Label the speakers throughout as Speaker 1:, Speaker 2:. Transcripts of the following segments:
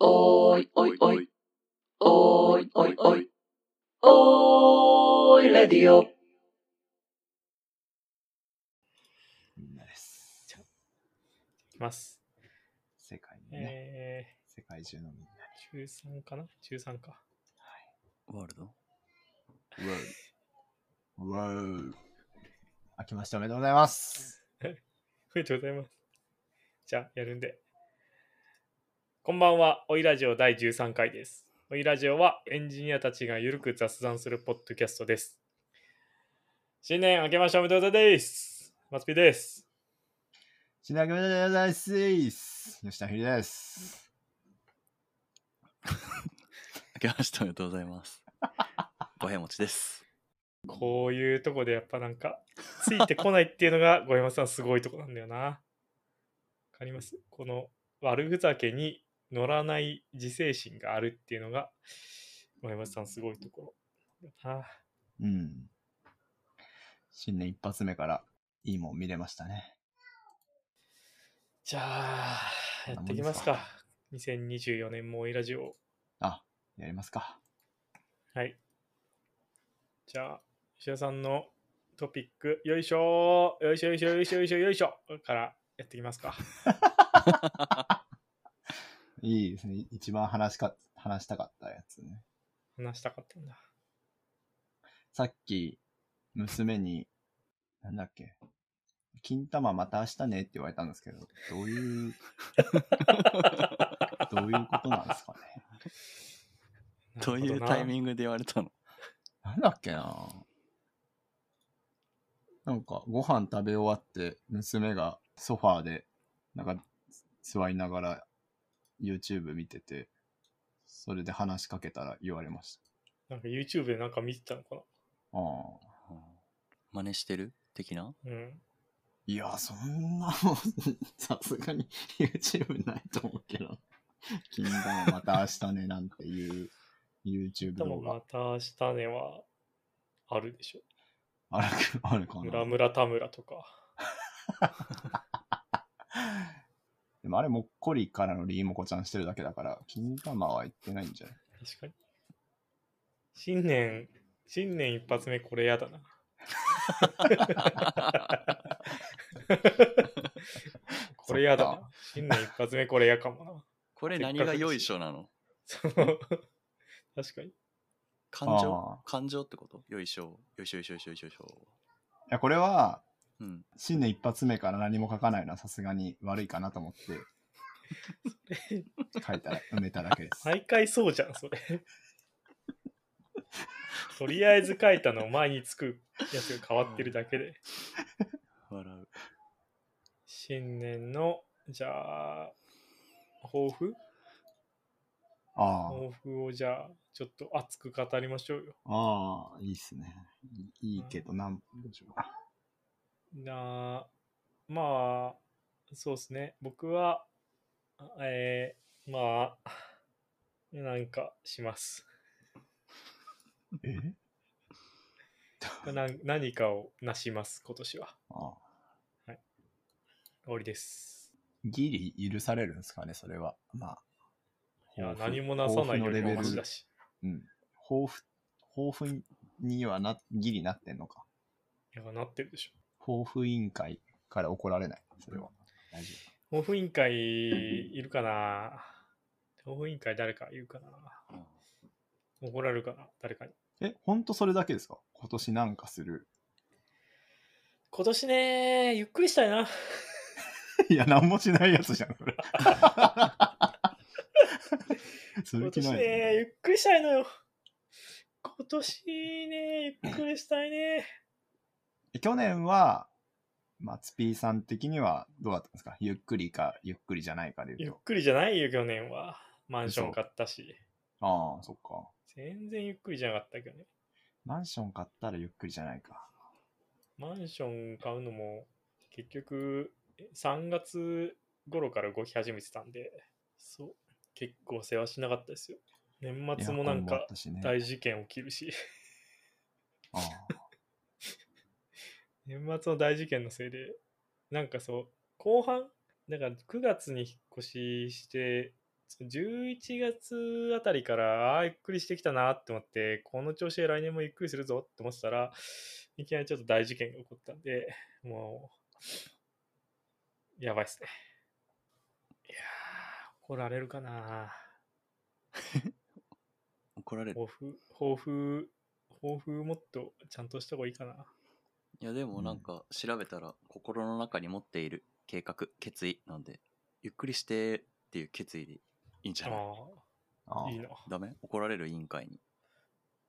Speaker 1: おーいおいおい。おーいおいおい。おーいレディオ。
Speaker 2: みんなです。
Speaker 3: いきます。
Speaker 2: 世界にね、
Speaker 3: え
Speaker 2: 世界中のみんなに。
Speaker 3: ー、中3かな中3か。
Speaker 4: ワールド
Speaker 2: うわう。明けましておめでとうございます。
Speaker 3: ありがとうございます。じゃあ、やるんで。こんばんは、おいラジオ第13回です。おいラジオはエンジニアたちがゆるく雑談するポッドキャストです。新年明けましておめでとうございます。マツピです。
Speaker 2: 新年明けましておめでとうございます。吉田ひりです。
Speaker 4: 明けましておめでとうございます。五平餅です。
Speaker 3: こういうとこでやっぱなんか、ついてこないっていうのが、ご山さんすごいとこなんだよな。わかりますこの悪ふざけに乗らない自制心があるっていうのが、ご山さんすごいところだな。
Speaker 2: うん。新年一発目からいいもん見れましたね。
Speaker 3: じゃあ、やっていきますか。2024年もいラジオ。
Speaker 2: あ、やりますか。
Speaker 3: はい。じゃあ、石田さんのトピック、よいしょーよいしょよいしょよいしょよいしょよいしょからやっていきますか。
Speaker 2: いいですね。一番話しか、話したかったやつね。
Speaker 3: 話したかったんだ。
Speaker 2: さっき、娘に、なんだっけ、金玉また明日ねって言われたんですけど、どういう、どういうことなんですかね。
Speaker 4: どういうタイミ
Speaker 3: ング
Speaker 4: ングで言われたの
Speaker 2: なんだっけななんか、ご飯食べ終わって、娘がソファーで、なんか、座りながら、YouTube 見てて、それで話しかけたら言われまし
Speaker 3: なんか YouTube でなんか見てたのか
Speaker 2: た。ああ。
Speaker 4: うん真似してる的な
Speaker 3: なうん。
Speaker 2: いや、そんなもん、 さすがに YouTube ないと思うけど。金玉また明日ね、なんていう YouTube
Speaker 3: で
Speaker 2: 動
Speaker 3: も
Speaker 2: 画
Speaker 3: ま。た明日ねはあるでしょ。
Speaker 2: あるあるか
Speaker 3: 村
Speaker 2: な。
Speaker 3: 村田村とか。
Speaker 2: でもあれ、もっこりからのリーモコちゃんしてるだけだから、金玉は言ってないんじゃない
Speaker 3: 確かに。新年、新年一発目これやだ な。これやだ
Speaker 2: そっ
Speaker 3: な。新年一発目これやかもな。
Speaker 4: これ何がよいしょなの
Speaker 3: その確かに。
Speaker 4: 感
Speaker 2: あ
Speaker 4: 情感情ってことよいしょ。よいしょよいしょよいしょよいしょよいしょ。
Speaker 2: いや、これは、
Speaker 4: うん。
Speaker 2: 新年一発目から何も書かないのはさすがに悪いかなと思って、 書いたら、埋めただけです。
Speaker 3: 毎回そうじゃん、それ。とりあえず書いたのを前につくやつが変わってるだけで。
Speaker 4: 笑う。
Speaker 3: 新年の、じゃあ、抱負
Speaker 2: あ
Speaker 3: 抱負をじゃあ、ちょっと熱く語りましょうよ。
Speaker 2: あ、ああ、いいっすね。いいいいけど、なんでしょうか。
Speaker 3: なまあそうですね僕はあえー、まあなんかします
Speaker 2: え
Speaker 3: な何かをなします今年は
Speaker 2: ああ
Speaker 3: 終わりです
Speaker 2: ギリ許されるんですかね、それは。まあ。
Speaker 3: いや
Speaker 2: 抱負
Speaker 3: 何もなさない
Speaker 2: 抱
Speaker 3: よ
Speaker 2: 負のレ
Speaker 3: りも
Speaker 2: ベ
Speaker 3: マシだ
Speaker 2: ル。
Speaker 3: し
Speaker 2: うん。抱負、抱負にはな、ギリなってんのか。
Speaker 3: いやなってるでしょ
Speaker 2: 抱負委員会から怒られない。それは。大丈
Speaker 3: 抱負委員会いるかな抱負委員会誰かいるかな
Speaker 4: うん
Speaker 3: 怒られるかな誰かに
Speaker 2: 夫。え、ほんとそれだけですか今年なんかする。
Speaker 3: 今年ねゆっくりしたいない
Speaker 2: や、なんもしないやつじゃん、 それ。す
Speaker 3: 今
Speaker 2: る気
Speaker 3: 年
Speaker 2: ない
Speaker 3: ねゆ
Speaker 2: よね。
Speaker 3: っくりしたいのよ今年ねゆっくりしたいね
Speaker 2: 去年は、松 P さん的にはどうだったんですかゆっくりか、ゆっくりじゃないかで
Speaker 3: ゆ
Speaker 2: 言
Speaker 3: っ
Speaker 2: うと。
Speaker 3: くりじゃないよ、去年は。マンション買ったし。
Speaker 2: ああ、そっか。
Speaker 3: 全然ゆっくりじゃなかったけどね。
Speaker 2: マンション買ったらゆっくりじゃないか。
Speaker 3: マンション買うのも、結局、3月頃から動き始めてたんで、そう、結構世話しなかったですよ。年末もなん
Speaker 2: エアコンあっ
Speaker 3: か
Speaker 2: たしね
Speaker 3: 大事件起きるし、
Speaker 2: ああ
Speaker 3: 年末の大事件のせいで、なんかそう、後半、だから9月に引っ越しして、 11月あたりから、あーゆっくりしてきたなって思って、この調子で来年もゆっくりするぞって思ってたら、いきなりちょっと大事件が起こったんで、もう、やばいっすね。いやー、怒られるかな
Speaker 4: 怒られる。
Speaker 3: 抱負、抱負、抱負もっとちゃんとした方がいいかな。
Speaker 4: いや、で
Speaker 2: う
Speaker 4: も
Speaker 2: ん
Speaker 4: なんか、調べたら、心の中に持っている計画、決意なんで、ゆっくりしてっていう決意でいいんじゃない
Speaker 3: あ
Speaker 2: あ
Speaker 3: あ、
Speaker 2: あ
Speaker 3: いいな。
Speaker 4: ダメ怒られる委員会に。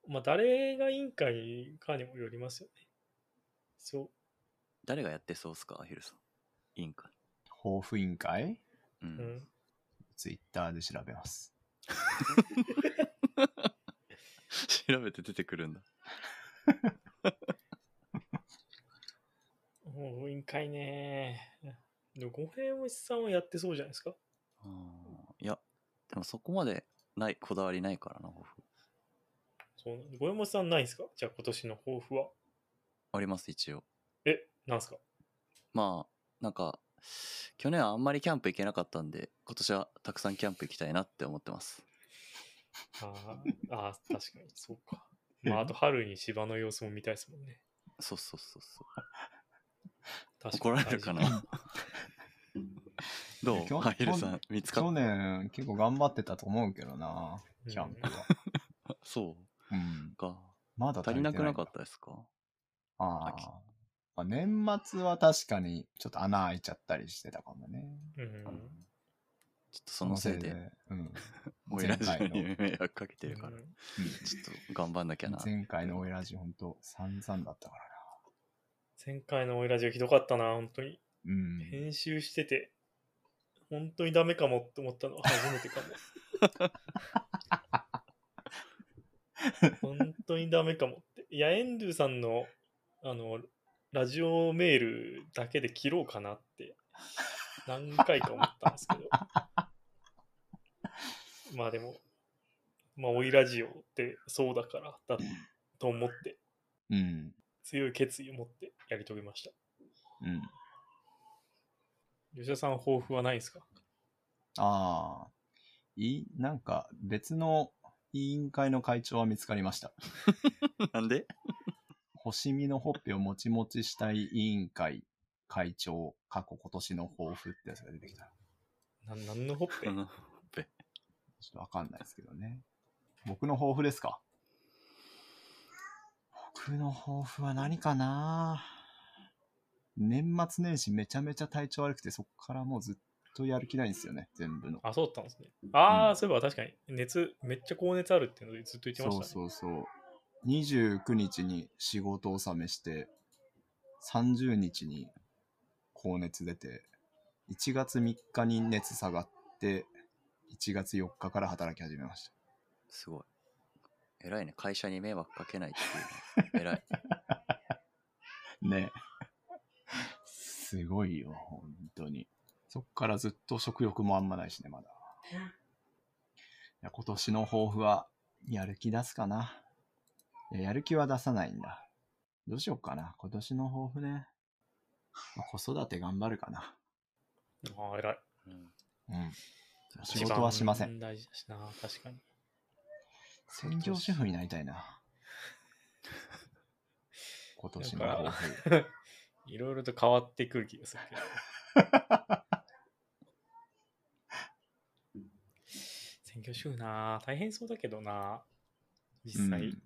Speaker 3: まあ、誰が委員会かにもよりますよね。そう。
Speaker 4: 誰がやってそうっすかアヒルさん。委員会。
Speaker 2: 抱負委員会
Speaker 3: う
Speaker 4: う。
Speaker 3: んん。
Speaker 2: ツイッターで調べます。
Speaker 4: 調べて出てくるんだ。
Speaker 3: もう委員会ね。でも、五平餅さんはやってそうじゃないですか。
Speaker 4: あーいや、でもそこまでない、こだわりないからな、抱負。
Speaker 3: そうなん五平餅さんないんですかじゃあ今年の抱負は。
Speaker 4: あります、一応。
Speaker 3: え、なんすか
Speaker 4: まあ、なんか、去年はあんまりキャンプ行けなかったんで、今年はたくさんキャンプ行きたいなって思ってます。
Speaker 3: あーあー、確かに、そうか。まあ、あと春に芝の様子も見たいですもんね。
Speaker 4: そうそうそうそう。
Speaker 3: 確か
Speaker 4: 怒
Speaker 3: に
Speaker 4: られるかなど
Speaker 2: いやきょ
Speaker 4: うハイルさん、見つか
Speaker 2: 去
Speaker 4: っ
Speaker 2: 年結構頑張ってたと思うけどな、キャンプは。
Speaker 4: たそう
Speaker 2: うん。
Speaker 4: か。
Speaker 2: まだ
Speaker 4: 足りなくなか
Speaker 2: っ
Speaker 4: ったですか
Speaker 2: た。あーまあ。年末は確かにちょっと穴開いちゃったりしてたかもね。
Speaker 3: うん
Speaker 4: ちょっ。とそのせいで、。
Speaker 2: うん。
Speaker 4: オイラジオ
Speaker 2: 前回
Speaker 4: に
Speaker 2: の
Speaker 4: 迷惑かけて るから
Speaker 3: う、ん
Speaker 4: ちょっと頑張んなきゃな。
Speaker 2: 前回のオイラジ本当散々だったから
Speaker 3: 前回のオイラジオひどかったな、本当に。
Speaker 2: な。うん。
Speaker 3: 編集してて、本当にダメかもって思ったのは初めてかも。本当にダメかもって。いや、エンドゥさんの、あの、ラジオメールだけで切ろうかなって、何回か思ったんですけど。まあでも、まあ、オイラジオってそうだから、だと思って、
Speaker 2: うん。
Speaker 3: 強い決意を持ってやり遂げました。
Speaker 2: うん。
Speaker 3: 吉田さん、抱負はないんですか
Speaker 2: ああ。い、なんか別の委員会の会長は見つかりました。
Speaker 4: なんで
Speaker 2: 星見のほっぺをもちもちしたい委員会会長、過去今年の抱負ってやつが出てきた。
Speaker 3: な何のほっぺ
Speaker 4: あの
Speaker 2: ちょっとわかんないですけどね。僕の抱負ですか僕の抱負は何かな年末年始めちゃめちゃ体調悪くてそこからもうずっとやる気ないんですよね、全部の。
Speaker 3: あ、そうだったんですね。ああ、
Speaker 2: うん
Speaker 3: そういえば確かに、熱、めっちゃ高熱あるっていうのでずっと言ってました
Speaker 2: そ
Speaker 3: ね。
Speaker 2: うそうそう。29日に仕事納めして、30日に高熱出て、1月3日に熱下がって、1月4日から働き始めました。
Speaker 4: すごい。偉いね。会社に迷惑かけないっていうのは。偉い。
Speaker 2: ね。すごいよ、本当に。そっからずっと食欲もあんまないしね、まだ。いや今年の抱負は、やる気出すかな。いややる気は出さないんだ。どうしようかな。今年の抱負ね。まあ、子育て頑張るかな。
Speaker 3: ああ、偉い。
Speaker 4: うん
Speaker 2: うん。仕
Speaker 3: 一
Speaker 2: 事
Speaker 3: 番
Speaker 2: はしません。
Speaker 3: 大事だしな、確かに。
Speaker 2: 専業主婦になりたいな。今年の抱負。
Speaker 3: いろいろと変わってくる気がするけど。 選挙主婦な、大変そうだけどな、実際。
Speaker 2: うん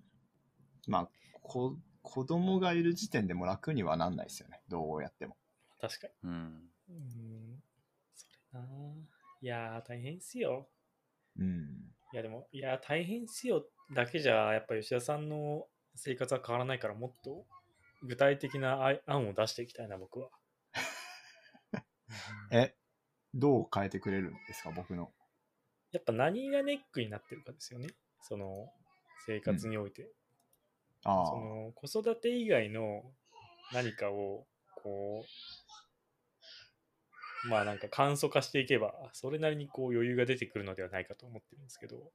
Speaker 2: まあこ子供がいる時点でも楽にはなんないですよねどうやっても
Speaker 3: 確かに。
Speaker 4: うん。
Speaker 3: うん、それな。いやー、大変っすよ。
Speaker 2: うん
Speaker 3: いやでも、いや、大変っすよだけじゃ、やっぱ吉田さんの生活は変わらないから、もっと具体的なあい案を出していきたいな、僕は。
Speaker 2: えどう変えてくれるんですか僕の
Speaker 3: やっぱ何がネックになってるかですよね。その生活において。
Speaker 2: ああ
Speaker 3: その子育て以外の何かを、こう、まあなんか簡素化していけば、それなりにこう余裕が出てくるのではないかと思ってるんですけど。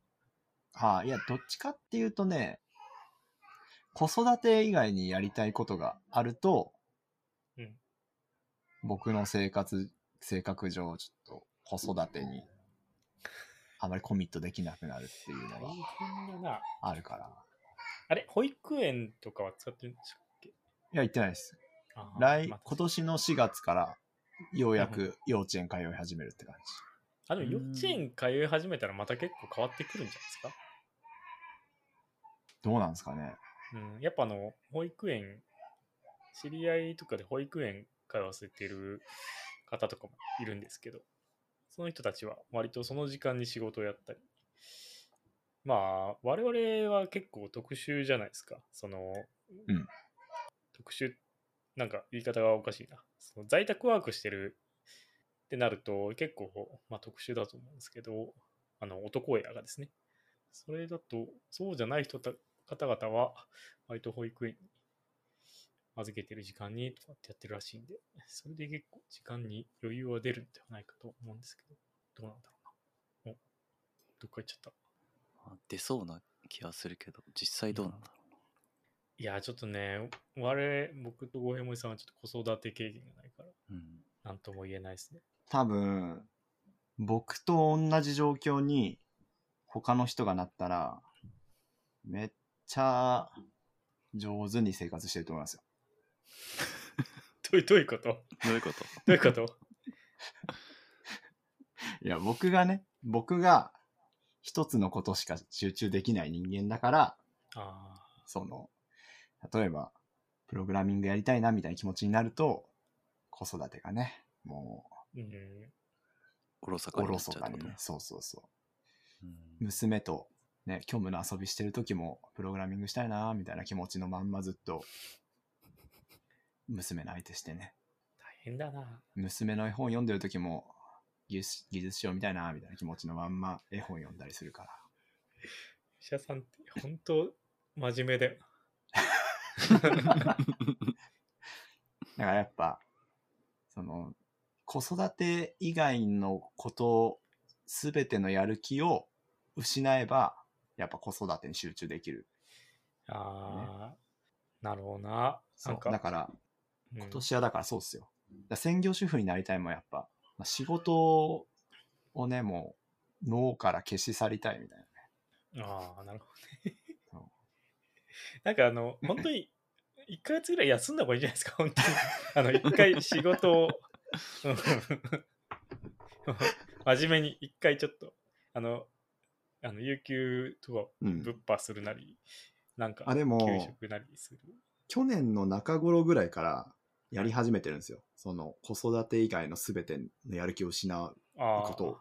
Speaker 2: はい、いやどっちかっていうとね子育て以外にやりたいことがあると、
Speaker 3: うん
Speaker 2: 僕の生活性格上ちょっと子育てにあまりコミットできなくなるっていう
Speaker 3: 大
Speaker 2: のが
Speaker 3: 変だな。
Speaker 2: あるから。
Speaker 3: あれ保育園とかは使ってるんでしょ
Speaker 2: いや、行ってないです。
Speaker 3: あー
Speaker 2: 来、
Speaker 3: まあ
Speaker 2: 今年の4月から、ようや
Speaker 3: うん
Speaker 2: く幼稚園通い始めるって感じ。
Speaker 3: あの幼稚園通い始めたらまた結構変わってくるんじゃないで
Speaker 2: どうなんですかね。
Speaker 3: すか、うん、やっぱあの保育園知り合いとかで保育園通わせてる方とかもいるんですけどその人たちは割とその時間に仕事をやったりまあ我々は結構特殊じゃないですかその、
Speaker 2: うん
Speaker 3: 特殊なんか言い方がおかしいなその在宅ワークしてるってなると結構、まあ、特殊だと思うんですけどあの男親がですねそれだとそうじゃない人た方々は割と保育園に預けてる時間にとかってやってるらしいんでそれで結構時間に余裕は出るんではないかと思うんですけどどうなんだろうなおどっか行っちゃった
Speaker 4: あ出そうな気はするけど、実際どうなんだろ
Speaker 3: いやちょっとね我々僕と五平森さんはちょっと子育て経験がないから
Speaker 4: う。うん。
Speaker 3: なんとも言えないですね
Speaker 2: 多分、僕と同じ状況に他の人がなったら、めっちゃ上手に生活してると思いますよ。
Speaker 3: どうどういうことど
Speaker 4: どういうこと
Speaker 3: ういうこと
Speaker 2: いや、僕がね、僕が一つのことしか集中できない人間だから、
Speaker 3: ああ
Speaker 2: その、例えば、プログラミングやりたいなみたいな気持ちになると、子育てがね、も、
Speaker 3: うん
Speaker 4: おろそう
Speaker 2: お
Speaker 4: かにな
Speaker 2: ろ
Speaker 4: っち
Speaker 2: そ
Speaker 4: ゃうっ
Speaker 2: か
Speaker 4: て
Speaker 2: に
Speaker 4: こと
Speaker 2: ね、そうそうそう。
Speaker 4: うん
Speaker 2: 娘と、ね、虚無の遊びしてる時もプログラミングしたいなみたいな気持ちのまんまずっと娘の相手してね
Speaker 3: 大変だな
Speaker 2: 娘の絵本読んでる時も技術技術書みたいなみたいな気持ちのまんま絵本読んだりするから
Speaker 3: 医者さんって本当真面目だよな
Speaker 2: だからやっぱその子育て以外のこと全てのやる気を失えばやっぱ子育てに集中できる
Speaker 3: ああ、なるほどな。
Speaker 2: そ
Speaker 3: な
Speaker 2: うん
Speaker 3: か、
Speaker 2: だから
Speaker 3: うん
Speaker 2: 今年はだからそうっすよ。だから専業主婦になりたいもんやっぱ、まあ仕事をね、もう脳から消し去りたいみたいなね。
Speaker 3: ああ、なるほど
Speaker 2: そう
Speaker 3: ね。 なんかあの、本当に、1ヶ月ぐらい休んだ方がいいんじゃないですか、本当に。あ の、一回仕事を、 うん真面目に一回ちょっと、あの、あの、有給とかぶっ破するなり、なんか、
Speaker 2: あ、で
Speaker 3: 給
Speaker 2: も、
Speaker 3: 食なりする。
Speaker 2: 去年の中頃ぐらいからやり始めてるんですよ。その子育て以外の全てのやる気を失う
Speaker 3: ああ、
Speaker 2: ことを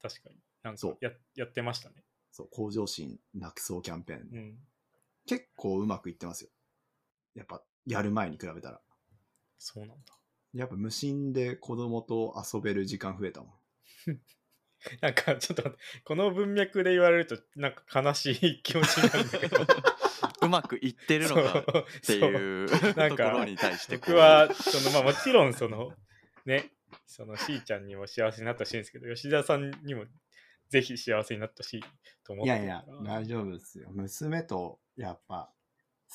Speaker 3: 確かに。なんか
Speaker 2: そう
Speaker 3: や、やってましたね。
Speaker 2: そう、向上心なくそうキャンペーン。
Speaker 3: うん。
Speaker 2: 結構うまくいってますよ。やっぱ、やる前に比べたら。
Speaker 3: そうなんだ。
Speaker 2: やっぱ無心で子供と遊べる時間増えたもん。
Speaker 3: なんかちょっと待ってこの文脈で言われるとなんか悲しい気持ちになるんだけど
Speaker 4: うまくいってるのかっ
Speaker 3: そう
Speaker 4: ていう
Speaker 3: そうなん
Speaker 4: とこ
Speaker 3: か
Speaker 4: ろに対してこう
Speaker 3: 僕はそのまあもちろんそのねそのしーちゃんにも幸せになったしいんですけど吉田さんにもぜひ幸せになったしいと思っ
Speaker 2: い
Speaker 3: て
Speaker 2: や
Speaker 3: る
Speaker 2: い
Speaker 3: か
Speaker 2: や
Speaker 3: ら、
Speaker 2: 大丈夫ですよ。娘とやっぱ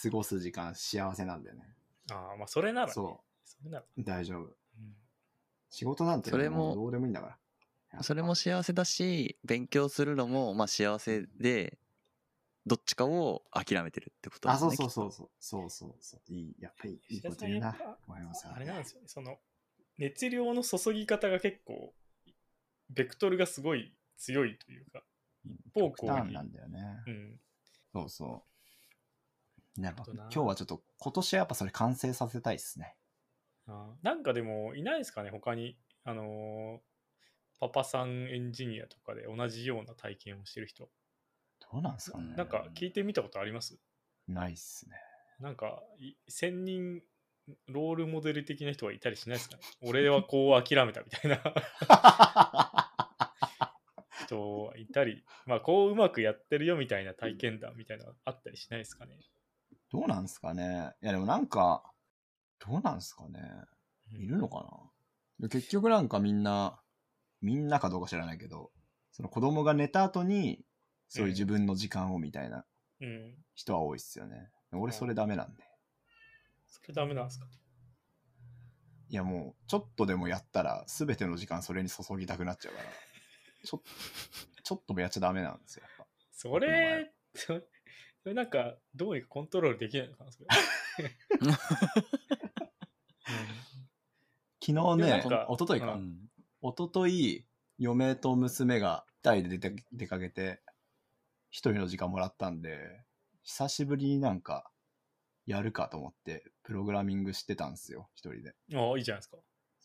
Speaker 2: 過ごす時間幸せなんだよね。
Speaker 3: ああまあそれならね、
Speaker 2: そ
Speaker 3: それなら、
Speaker 2: う、大丈夫。
Speaker 3: うん
Speaker 2: 仕事なんて
Speaker 4: それも
Speaker 2: どうでもいいんだから。
Speaker 4: それも幸せだし、勉強するのもまあ幸せで、どっちかを諦めてるってこと
Speaker 2: あ、
Speaker 4: ですね。。
Speaker 2: そうそうそううそう。そうそうそう。いい、やっぱりいい
Speaker 3: 吉田
Speaker 2: こと
Speaker 3: さん
Speaker 2: 言う
Speaker 3: やっ
Speaker 2: な。
Speaker 3: ぱ
Speaker 2: ごめんなさい。
Speaker 3: あれなんですよねその熱量の注ぎ方が結構ベクトルがすごい強いというか方
Speaker 2: 極
Speaker 3: 向に
Speaker 2: 端なんだよね。
Speaker 3: うん
Speaker 2: そうそう。なんか
Speaker 3: あとな
Speaker 2: 今日はちょっと今年はやっぱそれ完成させたいですね。
Speaker 3: あーなんかでもいないですかね他にあのーパパさんエンジニアとかで同じような体験をしてる人
Speaker 2: どうなんですかね。
Speaker 3: なんか聞いてみたことあります
Speaker 2: ないっすね。
Speaker 3: なんかい専任ロールモデル的な人がいたりしないですかね俺はこう諦めたみ たいな人はいたりまあこううまくやってるよみたいな体験談みたいなのあったりしないですかね、
Speaker 2: どうなんですかね。いやでもなんか、どうなんですかね。
Speaker 3: うん
Speaker 2: いるのかな結局なんかみんな、みんなかどうか知らないけど、その子供が寝た後に、そういう自分の時間をみたいな
Speaker 3: うん
Speaker 2: 人は多いっすよね。俺それダメなんで。
Speaker 3: それダメなんですか
Speaker 2: いやもう、ちょっとでもやったら、すべての時間それに注ぎたくなっちゃうから。ちょちょっともやっちゃダメなんですよ。やっ
Speaker 3: それ、それそれなんか、どうにかコントロールできないのかな、それ。
Speaker 2: ぱ昨日
Speaker 3: でもなん
Speaker 2: ね、
Speaker 3: か
Speaker 2: おとといか、
Speaker 3: う
Speaker 2: 一昨日嫁と娘が2人で出て出かけて一人の時間もらったんで久しぶりになんかやるかと思ってプログラミングしてたんですよ一人で
Speaker 3: ああ、いいじゃないですか。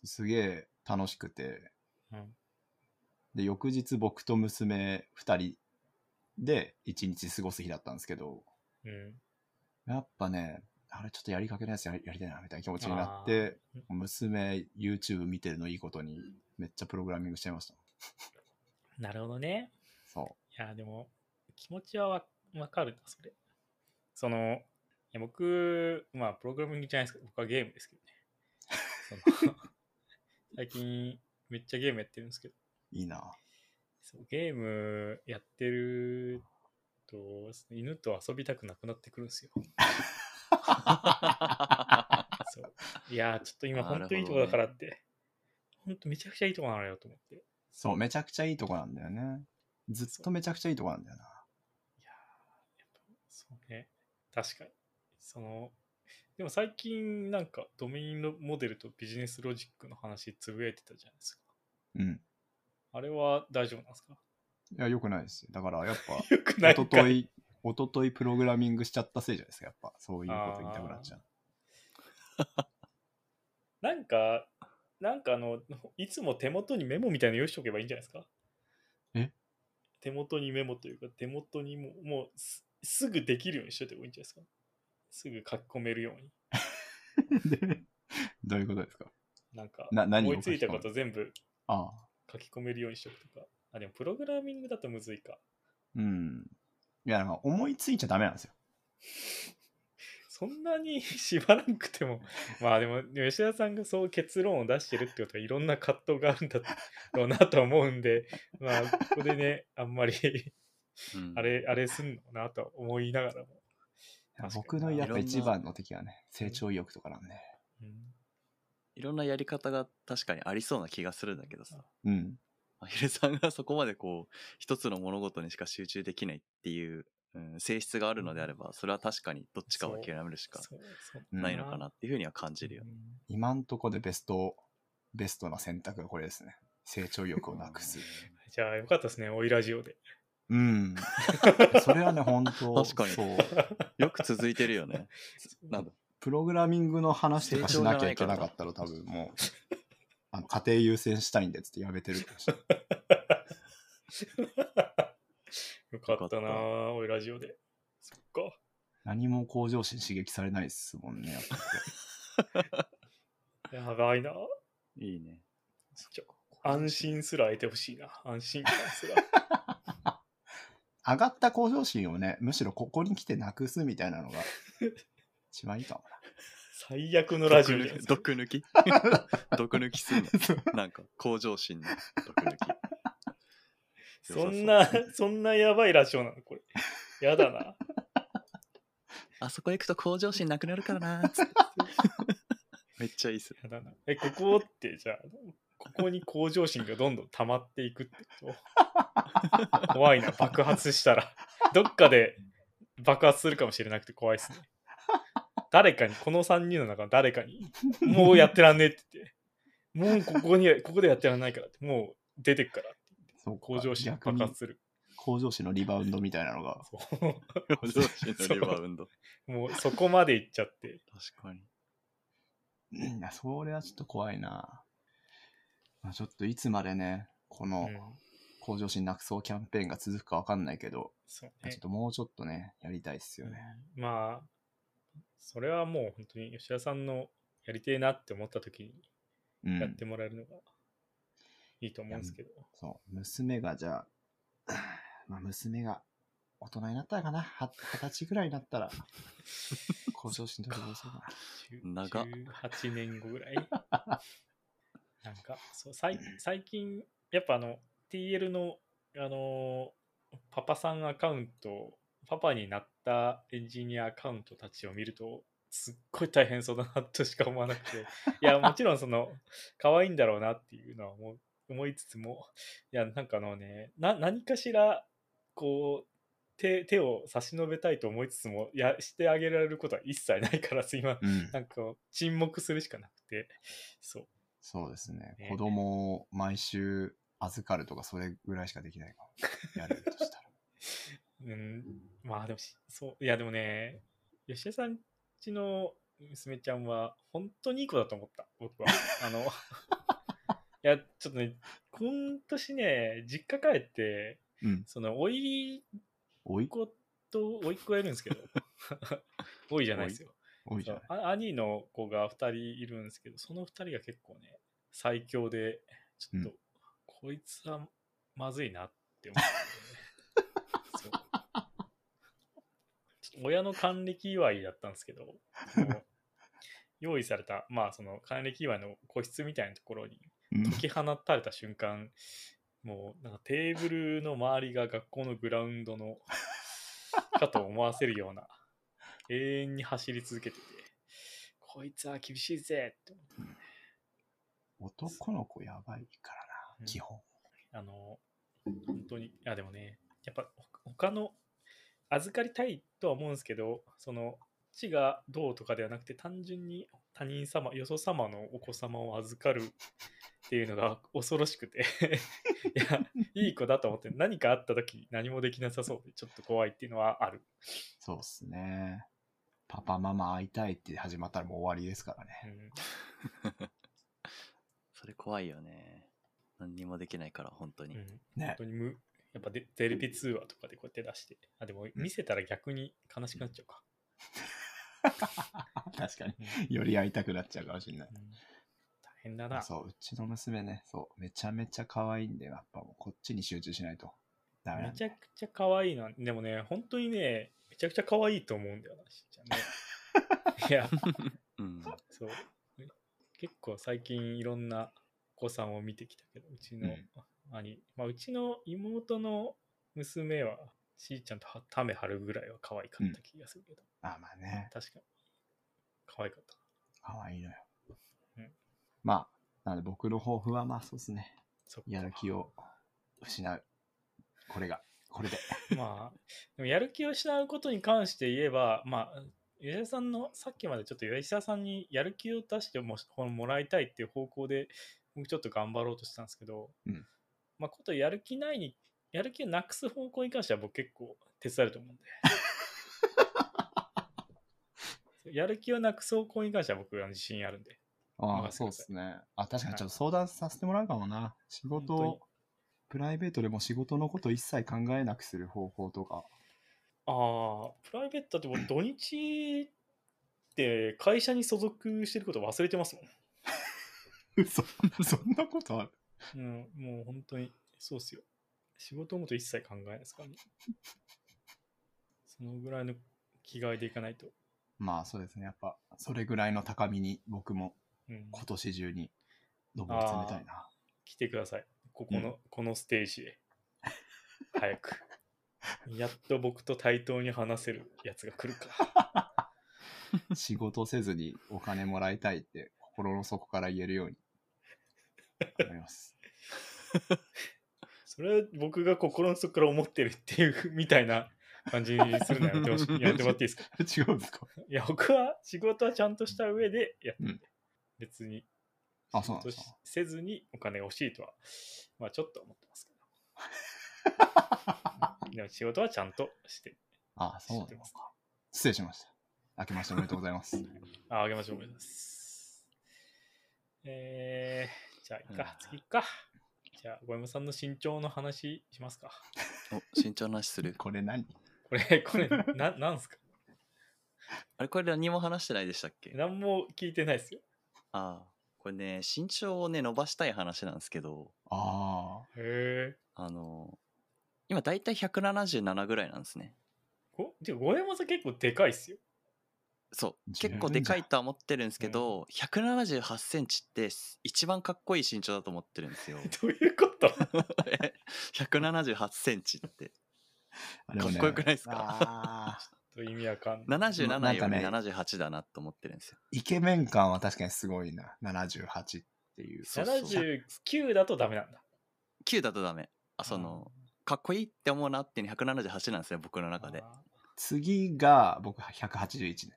Speaker 2: すげえ楽しくて
Speaker 3: うん
Speaker 2: で翌日僕と娘2人で1日過ごす日だったんですけど
Speaker 3: うん。
Speaker 2: やっぱねあれちょっとやりかけのやつやりやりたいなみたいな気持ちになって
Speaker 3: あー
Speaker 2: 娘 YouTube 見てるのいいことにめっちゃプログラミングしちゃいました
Speaker 3: なるほどね。
Speaker 2: そう
Speaker 3: いや、でも、気持ちはわわかるな、それ。その、いや僕、まあ、プログラミングじゃないですけど、僕はゲームですけ どね。その最近、めっちゃゲームやってるんですけど、
Speaker 2: いいな。
Speaker 3: そうゲームやってると、犬と遊びたくなくなってくるん ですよ。そういやー、ちょっと今、
Speaker 4: なるほ
Speaker 3: 本
Speaker 4: どね
Speaker 3: 当いいとこだからって、本当めちゃくちゃいいとこなのよと思って。い
Speaker 2: そう、めちゃくちゃいいとこなんだよね。ずっとめちゃくちゃいいとこなんだよな。
Speaker 3: やーやっぱそうね、確かに。その、でも最近、なんか、ドメインのモデルとビジネスロジックの話、つぶやいてたじゃないですか。
Speaker 2: うん。
Speaker 3: あれは大丈夫なんですか
Speaker 2: いや、よくないですよ。だから、やっぱ、
Speaker 3: よく ない
Speaker 2: 一
Speaker 3: か
Speaker 2: 昨日一昨日プログラミングしちゃったせいじゃないですか、やっぱ。そういうこと言いたくなっ ちゃう。
Speaker 3: なんか、なんかあの、いつも手元にメモみたいなの用意しとけばいいんじゃないですか
Speaker 2: え
Speaker 3: 手元にメモというか、手元にもうもうすすぐできるようにしといた方がいいんじゃないですかすぐ書き込めるように。
Speaker 2: でどういうことですか
Speaker 3: なんか、
Speaker 2: な何を
Speaker 3: 思いついたこと全部
Speaker 2: ああ。
Speaker 3: 書き込めるようにしとくとか。あ、でもプログラミングだとむずいか。
Speaker 2: うん。いや、なんか思いついちゃダメなんですよ。
Speaker 3: そんなに 縛らなくても。まあでも、吉田さんがそう結論を出してるってことはいろんな葛藤があるんだろうなと思うんで、まあ、ここでね、あん まり
Speaker 4: うん
Speaker 3: あれ、あれすんのなと思いながらも。確か
Speaker 2: 僕
Speaker 3: にな
Speaker 2: のやっ
Speaker 4: い
Speaker 2: ぱ
Speaker 4: ろんな
Speaker 2: 一番の敵はね、成長意欲とかなんで。
Speaker 3: うん
Speaker 4: いろんなやり方が確かにありそうな気がするんだけどさ。
Speaker 2: うん。
Speaker 4: まあヒデさんがそこまでこう、一つの物事にしか集中できないっていう、うん性質があるのであれば、それは確かにどっちかを諦めるしか
Speaker 3: そうそう
Speaker 2: うん
Speaker 4: ないのかなっていうふうには感じるよ
Speaker 3: う
Speaker 4: ね。
Speaker 3: ん
Speaker 2: 今んとこでベスト、ベストな選択がこれですね。成長意欲をなくす。
Speaker 3: じゃあよかったですね、おいラジオ で。
Speaker 2: うん。それはね、本当
Speaker 4: 確かに
Speaker 2: そう。
Speaker 4: よく続いてる よね。なんだ
Speaker 2: プログラミングの話とかしなきゃいけなかったら多分もう、 あの家庭優先したいんでっつってやめてるかもしれない。
Speaker 3: よかったなあ、おいラジオで。そっか。
Speaker 2: 何も向上心刺激されないですもんね、やっぱり。
Speaker 3: やばいな。
Speaker 4: いいね。
Speaker 3: ちょ安心すら得てほしいな。安心感すら。
Speaker 2: 上がった向上心をね、むしろここに来てなくすみたいなのが、一番いいかも
Speaker 3: 最悪のラジオじゃないですか
Speaker 4: 毒抜き 毒抜き する の。なんか、向上心の毒抜き。
Speaker 3: そんな、そんなやばいラジオなの、これ。 やだな。
Speaker 4: あそこ行くと向上心なくなるからなーっ つって。 めっちゃいいっす。
Speaker 3: やだな。え、ここって、じゃあ、ここに向上心がどんどん溜まっていくってこと 怖いな、爆発したら。どっかで爆発するかもしれなくて怖いですね。誰かに、この3人の中の誰かに、もうやってらんねえって言って、もうここに、ここでやってらんないからって、もう出てくからって言って、
Speaker 2: な。
Speaker 3: 向上心
Speaker 2: 逆
Speaker 3: 爆
Speaker 2: に
Speaker 3: 発する。
Speaker 2: 向上心のリバウンドみたいなのが、
Speaker 3: そう
Speaker 4: 向上心のリバウンド。
Speaker 3: もうそこまでいっちゃって。
Speaker 4: 確かに。
Speaker 2: うんいやそれはちょっと怖いな。まあ、ちょっといつまでね、こ
Speaker 3: う
Speaker 2: の
Speaker 3: ん、
Speaker 2: 向上心なくそうキャンペーンが続くかわかんないけど、
Speaker 3: そう
Speaker 2: ちょ
Speaker 3: ね
Speaker 2: っともうちょっとね、やりたいっすよね。
Speaker 3: まあ、それはもう本当に吉田さんのやりてえなって思った時に
Speaker 2: うん。
Speaker 3: やってもらえるのがいいと思うんですけど。
Speaker 2: そう、娘がじゃあ、 まあ、娘が大人になったらかな、は二十歳ぐらいになった ら、向上心とかどうしようか
Speaker 3: 10
Speaker 4: 長っ
Speaker 3: 18年後ぐらい。 なんかそう最、最近、やっぱあの、TL の、あのーパパさんアカウント、パパになったエンジニアアカウントたちを見ると、すっごい大 変そうだなとしか思わなくて、いや、もちろんその、可愛いんだろうなっていうのは思う思いつつも、いや、なんかあのね、な何かしら、こう、手手を差し伸べたいと思いつつもいや、してあげられることは一切ないから、今、
Speaker 2: うん
Speaker 3: なんか沈黙するしかなくて、そう。
Speaker 2: そうですね。
Speaker 3: ね
Speaker 2: 子供を毎週預かるとか、それぐらいしかできないかも。やれると したら。
Speaker 3: うん、まあでもし、そう、いやでもね、吉田さんちの娘ちゃんは、本当にいい子だと思った、僕は。あの、い や、ちょっとね、今年ね、実家帰って、
Speaker 2: うん。
Speaker 3: その、おい
Speaker 2: おい、
Speaker 3: 子と、おいっ子がいるんですけど、 多いじゃないですよ。
Speaker 2: おいじゃない。
Speaker 3: そうあ兄の子が2人いるんですけど、その2人が結構ね、最強で、ちょっと、
Speaker 2: う
Speaker 3: こいつはまずいなって思って、ね、そう ちょっと親の還暦祝いだったんですけど、その用意された、まあ、その還暦祝いの個室みたいなところに
Speaker 2: うん
Speaker 3: 解き放たれた瞬間、もうなんかテーブルの周りが学校のグラウンドのかと思わせるような永遠に走り続けててこいつは厳しいぜって思って
Speaker 2: 男の子やばいから
Speaker 3: うん
Speaker 2: な、基本。
Speaker 3: あの本当にあでもねやっぱほ他の預かりたいとは思うんですけどその父がどうとかではなくて単純に他人様よそ様のお子様を預かるっていうのが恐ろしくていやいい子だと思って何かあった時何もできなさそうでちょっと怖いっていうのはある、
Speaker 2: そうっすね。パパママ会いたいって始まったらもう終わりですから
Speaker 3: う
Speaker 2: ね。
Speaker 3: ん
Speaker 4: それ怖いよね。何にもできないから、本当に。
Speaker 3: うん本
Speaker 2: ね
Speaker 3: 当。に無やっぱでテレビ通話とかでこうやって出してあでも見せたら逆に悲しくなっちゃうか、
Speaker 2: 確かに。 より会いたくなっちゃうかもしれない。
Speaker 3: うん大変だな
Speaker 2: そう、うちの娘ね、そう、めちゃめちゃ可愛いんで、やっぱもうこっちに集中しないと。ダメな
Speaker 3: め
Speaker 2: ん
Speaker 3: ち
Speaker 2: だ
Speaker 3: ゃくちゃ可愛いな。でもね、本当にね、めちゃくちゃ可愛いと思うんだよな、し ーちゃんね。いや、
Speaker 4: うん。
Speaker 3: そう。結構最近いろんなお子さんを見てきたけど、うちの
Speaker 2: うん
Speaker 3: 兄、まあ、うちの妹の娘は、しーちゃんとはタメ張るぐらいは可愛かった気がするけど、
Speaker 2: あ、まあね、
Speaker 3: 確かに。可愛かった。
Speaker 2: 可愛いのよ
Speaker 3: うん。
Speaker 2: まあ、なので僕の抱負はまあそうですね。
Speaker 3: そっか
Speaker 2: やる気を失う。これが、これ で。
Speaker 3: まあ、でもやる気を失うことに関して言えば、まあ、吉田さんの、さっきまでちょっと吉田さんにやる気を出してもほもらいたいっていう方向で、僕ちょっと頑張ろうとしたんですけど、
Speaker 2: うん
Speaker 3: まあ、ことやる気ないに、やる気をなくす方向に関しては僕結構手伝えると思うんで。やる気をなくす方向に関しては僕は自信あるんで。
Speaker 2: あ
Speaker 3: 任
Speaker 2: あ、
Speaker 3: せて
Speaker 2: そ
Speaker 3: く
Speaker 2: う
Speaker 3: だ
Speaker 2: で
Speaker 3: さ
Speaker 2: すね。
Speaker 3: い
Speaker 2: あ、確かにちょっと相談させてもらうかもな。仕
Speaker 3: 本当に
Speaker 2: 事、プライベートでも仕事のこと一切考えなくする方法とか。
Speaker 3: ああ、プライベートって僕土日って会社に所属してること忘れてますもん。
Speaker 2: 嘘。そんなことある
Speaker 3: うん、もう本当に、そうっすよ。仕事のこと一切考えないで すからね。そのぐらいの気概でいかないと。
Speaker 2: まあそうですね。やっぱ、それぐらいの高みに僕も
Speaker 3: うん、
Speaker 2: 今年中に上り詰めたいな。
Speaker 3: 来てください。ここの、このステー ジへ。早く。やっと僕と対等に話せるやつが来 るか。
Speaker 2: 仕事せずにお金もらいたいって心の底から言えるように思います。
Speaker 3: それは僕が心の底から思ってるっていうみたいな感じにするのやめてほしい。やめてもらっていいですか
Speaker 2: 違うんですか
Speaker 3: いや、僕は仕事はちゃんとした上でやってて、
Speaker 2: うん
Speaker 3: 別に
Speaker 2: あ、
Speaker 3: 仕
Speaker 2: そうなん
Speaker 3: 事
Speaker 2: です
Speaker 3: し
Speaker 2: か
Speaker 3: せずにお金が欲しいとは、まあちょっと思ってますけど。でも仕事はちゃんとして、
Speaker 2: あ、そうなの
Speaker 3: 知ってま
Speaker 2: か
Speaker 3: す。
Speaker 2: 失礼しました。明けましておめでとうござい ます。
Speaker 3: ああげましょう、おめでとうございます。えー、じゃあ、いっか、
Speaker 4: うん
Speaker 3: 次いっか。じゃあ、小山さんの身長の話しますか。
Speaker 4: お、慎重な話する。
Speaker 2: これ何
Speaker 3: これ、これ、ななんすか
Speaker 4: あれ、これ何も話してないでしたっけ
Speaker 3: 何も聞いてないですよ。
Speaker 4: ああ。これね、身長をね、伸ばしたい話なんですけど、
Speaker 2: ああ、
Speaker 3: へえ。
Speaker 4: あの、今だいたい177ぐらいなんですね。
Speaker 3: ご、てか小山さん結構でかいっすよ。
Speaker 4: そう。
Speaker 2: 十分
Speaker 4: 結構でかいとは思ってるんですけど、178センチって一番かっこいい身長だと思ってる んですよ。
Speaker 3: どういうこと
Speaker 4: え178センチって。
Speaker 2: あれもね
Speaker 4: かっこよくないですか
Speaker 2: あー
Speaker 3: 意味わかんない。
Speaker 4: 77よ
Speaker 2: なん
Speaker 4: り
Speaker 2: かね
Speaker 4: 78だなと思ってるんですよ。
Speaker 2: イケメン感は確かにすごいな。78ってっていう。
Speaker 4: そうそう
Speaker 3: 79だとダメなんだ。
Speaker 4: 9だとダメあそのかっこいいって思うなっていうの178なんですね僕の
Speaker 3: あー、
Speaker 4: 中で
Speaker 2: 次が僕181ね。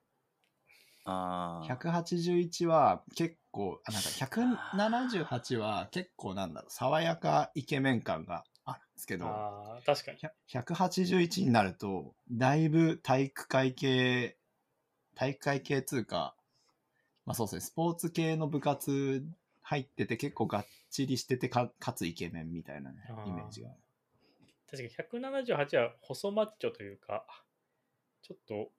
Speaker 4: ああ
Speaker 2: 181は結構、あなんか178は結構なんだろう、爽やかイケメン感があるんですけど、
Speaker 3: あー確かに。
Speaker 2: ひゃ181になると、だいぶ体育会系、体育会系通か、まあそうですね、スポーツ系の部活入ってて結構がっちりしててか、かつイケメンみたいなね
Speaker 3: あ、ー
Speaker 2: イメージが。
Speaker 3: 確かに178は細マッチョというか、ちょっと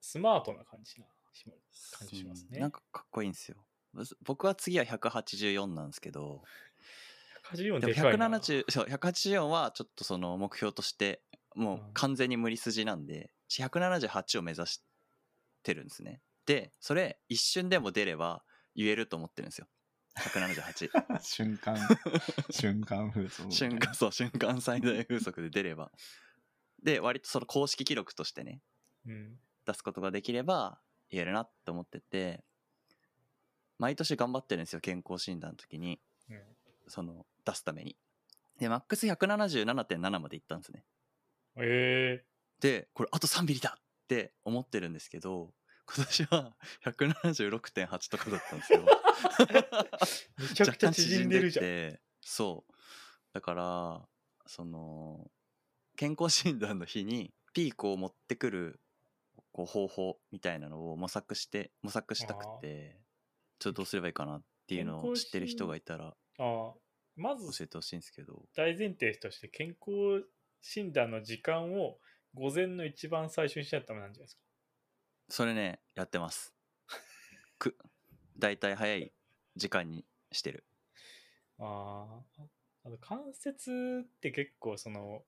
Speaker 3: スマートな感じなしま感じしますね。
Speaker 4: なんかかっこいいんですよ僕は次は184なんですけど
Speaker 3: 184
Speaker 4: でも
Speaker 3: でかいな。
Speaker 4: 170そう184はちょっとその目標としてもう
Speaker 3: うん
Speaker 4: 完全に無理筋なんで178を目指してるんですねでそれ一瞬でも出れば言えると思ってるんですよ178
Speaker 2: 瞬間、瞬間風俗みたいな
Speaker 4: 瞬間そう瞬間最大風速で出ればで割とその公式記録としてね
Speaker 3: うん。
Speaker 4: 出すことができれば言えるなって思ってて毎年頑張ってるんですよ健康診断の時に
Speaker 3: うん
Speaker 4: その出すためにでマックス177.7までいったんですね
Speaker 3: え
Speaker 4: でこれあと3ミリだって思ってるんですけど今年は176.8とかだったんですよ
Speaker 3: ー、めちゃくちゃ縮んでるじゃん。
Speaker 4: 若干縮んでてそうだからその健康診断の日にピークを持ってくるこう方法みたいなのを模索して模索したくてちょっとどうすればいいかなっていうの
Speaker 3: 健
Speaker 4: を
Speaker 3: 康
Speaker 4: 知ってる人
Speaker 3: 診
Speaker 4: がいた
Speaker 3: あ
Speaker 4: ら
Speaker 3: あまず
Speaker 4: 教えてほしいんですけど
Speaker 3: 大前提として健康診断の時間を午前の一番最初にしないとダメなんじゃないですか。
Speaker 4: それねやってますく大体早い時間にしてる
Speaker 3: ああ。あの関節って結構その、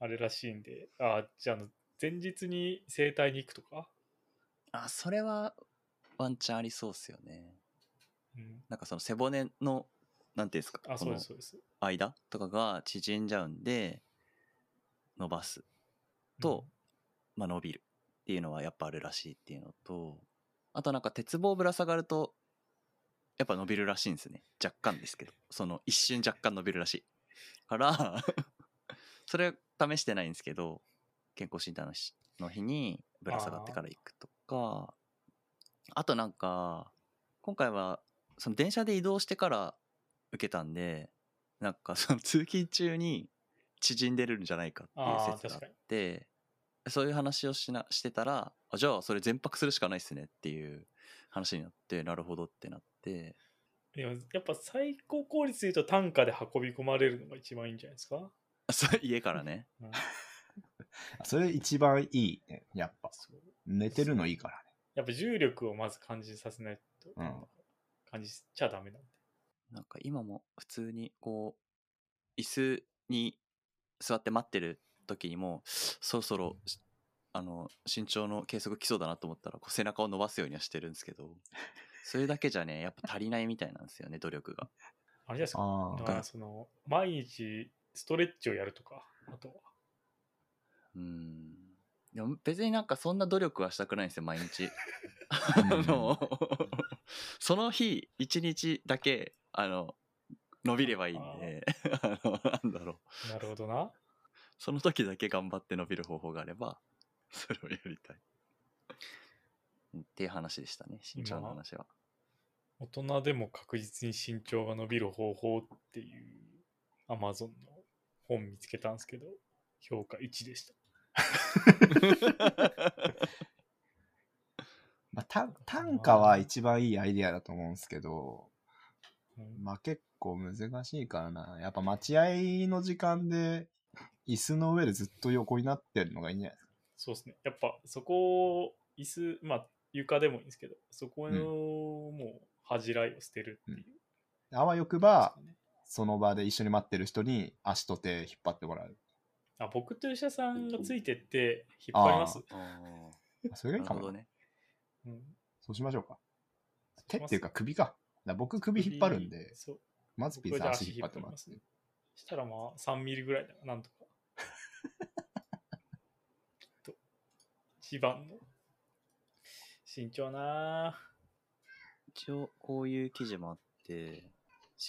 Speaker 3: あれらしいんで、ああ、じゃああの、前日に整体に行くとか、
Speaker 4: あそれはワンチャンありそうっすよね
Speaker 3: うん、
Speaker 4: なんかその背骨のなんていうんですか
Speaker 3: あ、
Speaker 4: こ
Speaker 3: そう
Speaker 4: の
Speaker 3: です、そうです。
Speaker 4: 間とかが縮んじゃうんで伸ばすと、まあ、伸びるっていうのはやっぱあるらしいっていうのとあとなんか鉄棒ぶら下がるとやっぱ伸びるらしいんですね若干ですけどその一瞬若干伸びるらしいから それ試してないんですけど健康診断の日の日にぶら下がってから行くとかあとなんか今回はその電車で移動してから受けたんでなんかその通勤中に縮んでるんじゃないかって
Speaker 3: あー
Speaker 4: いう説があってそういう話をしなしてたらあじゃあそれ全泊するしかないっすねっていう話になってなるほどってなって
Speaker 3: うん。でもやっぱ最高効率で言うと単価で運び込まれるのが一番いいんじゃないですか。
Speaker 4: あそう家からね
Speaker 3: うん、
Speaker 2: それ一番いいね、やっぱ。
Speaker 3: そう
Speaker 2: 寝てるのいいからね。
Speaker 3: やっぱ重力をまず感じさせないと、
Speaker 2: うん
Speaker 3: 感じちゃダメなんで。
Speaker 4: なんか今も普通にこう椅子に座って待ってる時にもそろそろしあの身長の計測来そうだなと思ったらこう背中を伸ばすようにはしてるんですけどそれだけじゃねやっぱ足りないみたいなんですよね努力が
Speaker 3: あれじゃないですか。
Speaker 2: あ
Speaker 3: だ
Speaker 2: あ
Speaker 3: か。らその、毎日ストレッチをやるとか、あとは。
Speaker 4: うんでも別になんかそんな努力はしたくないんですよ毎日
Speaker 2: う
Speaker 4: あ
Speaker 2: ん
Speaker 4: のその日一日だけあの伸びればいいんで あのなんだろう
Speaker 3: なるほどな。
Speaker 4: その時だけ頑張って伸びる方法があれば、 それをやりたい。っていう話でしたね、身長 の話は。
Speaker 3: 大人でも確実に身長が伸びる方法っていう Amazon の本見つけたんですけど、評価1でした。
Speaker 2: まあ、た単価は一番いいアイディアだと思うんですけど、
Speaker 3: うん
Speaker 2: まあ結構難しいからな。やっぱ待合の時間で、椅子の上でずっと横になってるのがいいんじゃないですか。
Speaker 3: そうですね。やっぱそこを、椅子、まあ床でもいいんですけど、そこの、もう恥じらいを捨てるっていう、
Speaker 2: あわよくば、その場で一緒に待ってる人に足と手引っ張ってもらう。
Speaker 3: あ、僕と医者さんがついてって引っ張ります。
Speaker 2: それがい
Speaker 4: なる
Speaker 2: いか
Speaker 4: ほ
Speaker 2: も。
Speaker 4: どね。
Speaker 3: うん、
Speaker 2: そうしましょうか。手っていうか首か。だから僕首引っ張るんで、
Speaker 3: そう。
Speaker 2: マツピー
Speaker 3: 僕
Speaker 2: さん
Speaker 3: は
Speaker 2: 足引っ張ってもらって。
Speaker 3: ね。したらまあ3ミリぐらいだな、なんとか。 と、一番の身長なあ
Speaker 4: 一応、こういう記事もあって、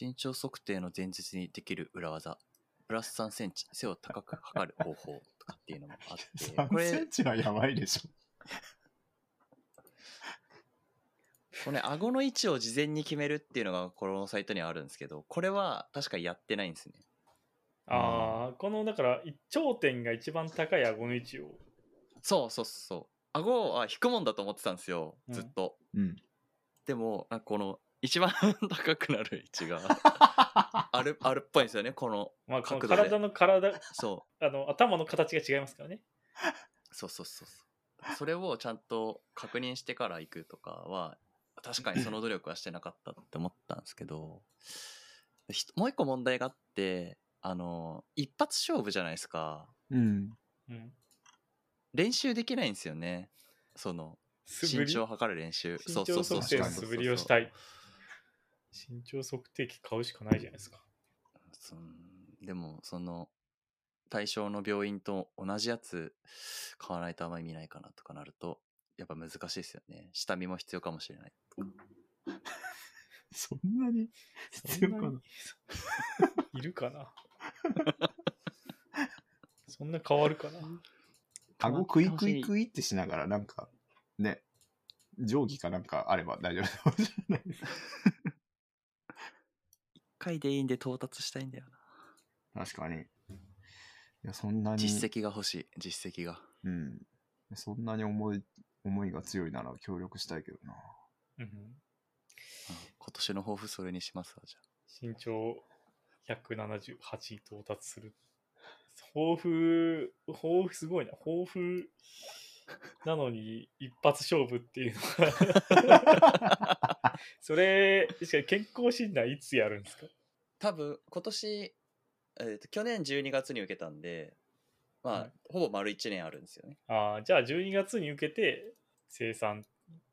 Speaker 4: 身長測定の前日にできる裏技、プラス3センチ、背を高く測る方法とかっていうのもあっ て、こ
Speaker 2: 3セ
Speaker 4: れ
Speaker 2: ン、チはやばいでしょ。
Speaker 4: この顎の位置を事前に決めるっていうのがこのサイトにはあるんですけど、これは確かやってないんですね。
Speaker 3: ああ、このだからい頂点が一番高い顎の位置を。
Speaker 4: そうそうそうそう。顎は引くもんだと思ってたんですよ、ずっと。
Speaker 2: うん。
Speaker 4: でも、なんかこの、一番 高くなる位置がある、あるっぽいんですよね、この、
Speaker 3: まあ、この
Speaker 4: 角度で
Speaker 3: 体の体、
Speaker 4: そう。
Speaker 3: あの頭の形が違いますからね。
Speaker 4: そうそうそうそう。それをちゃんと確認してから行くとかは、確かにその努力はしてなかったって思ったんですけど、ひもう一個問題があって、あの、一発勝負じゃないですか。
Speaker 2: うん。
Speaker 3: うん。
Speaker 4: 練習できないんですよね。その、
Speaker 3: 素振
Speaker 4: 身
Speaker 3: り
Speaker 4: 長を測る練習。
Speaker 3: 身長測定の素振りをしたい。身長測定器買うしかないじゃないですか。
Speaker 4: そんでもその対象の病院と同じやつ買わないとあんまり見ないかなとかなるとやっぱ難しいですよね下見も必要かもしれない
Speaker 2: そんなに必要か
Speaker 3: そ
Speaker 2: なん
Speaker 3: なにいるかなそんな変わるかな
Speaker 2: 顎クイクイクイってしながら、なんか、ね、定規かなんかあれば大丈夫か もしれない。
Speaker 4: 1回でいいんで到達したいんだよな
Speaker 2: 確かに。いや、そんなに。
Speaker 4: 実績が欲しい実績が
Speaker 2: うん。そんなに思い、思いが強いなら協力したいけどな。
Speaker 3: うん
Speaker 4: うん今年の抱負それにしますわじゃ
Speaker 3: 身長178到達する。抱負、抱負すごいな。抱負なのに一発勝負っていうのは。それ、しかも健康診断いつやるんですか
Speaker 4: あ多分今年、えーと去年12月に受けたんでまあ、
Speaker 3: はい
Speaker 4: ほぼ丸1年あるんですよね
Speaker 3: ああ、じゃあ12月に受けて生産っ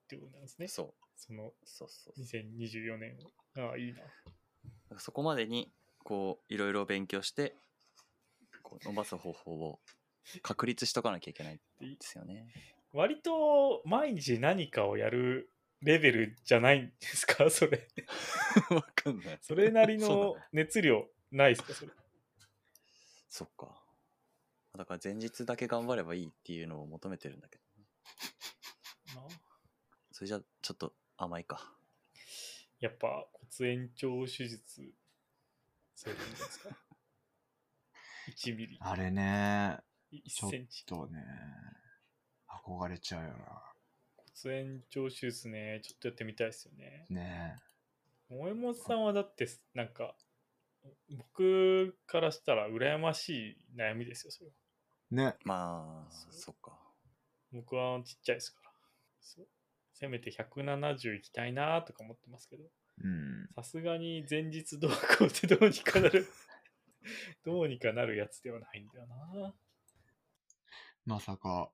Speaker 3: てことなんですね。そ
Speaker 4: そう
Speaker 3: の
Speaker 4: そうそう
Speaker 3: 2024年を。ああ、いいな。
Speaker 4: そこまでにこういろいろ勉強してこう伸ばす方法を確立しとかなきゃいけないんですよね。
Speaker 3: 割と毎日何かをやるレベルじゃないんですかそれ。
Speaker 4: わかんない。
Speaker 3: それなり
Speaker 4: そう
Speaker 3: の
Speaker 4: だね
Speaker 3: 熱量ないですかそれ。
Speaker 4: そっか。だから前日だけ頑張ればいいっていうのを求めてるんだけど、それじゃちょっと甘いか。
Speaker 3: やっぱ骨延長手術するんですか1ミリ
Speaker 2: あれね、ちょ
Speaker 3: 1
Speaker 2: っ
Speaker 3: センチ
Speaker 2: とね、憧れちゃうよ
Speaker 3: 骨延長手術ねちょっとやってみたいですよね
Speaker 2: な。ね
Speaker 3: 萌えもんさんはだってなんか僕からしたら羨ましい悩みですよそれは
Speaker 2: え。ね。
Speaker 4: まあ、
Speaker 3: そう
Speaker 4: そっか。
Speaker 3: 僕はちっちゃいですからそうせめて170いきたいなとか思ってますけど
Speaker 2: うん。
Speaker 3: さすがに前日どうこうってどうにかなる どうにかなるやつではないんだよな
Speaker 2: まさか、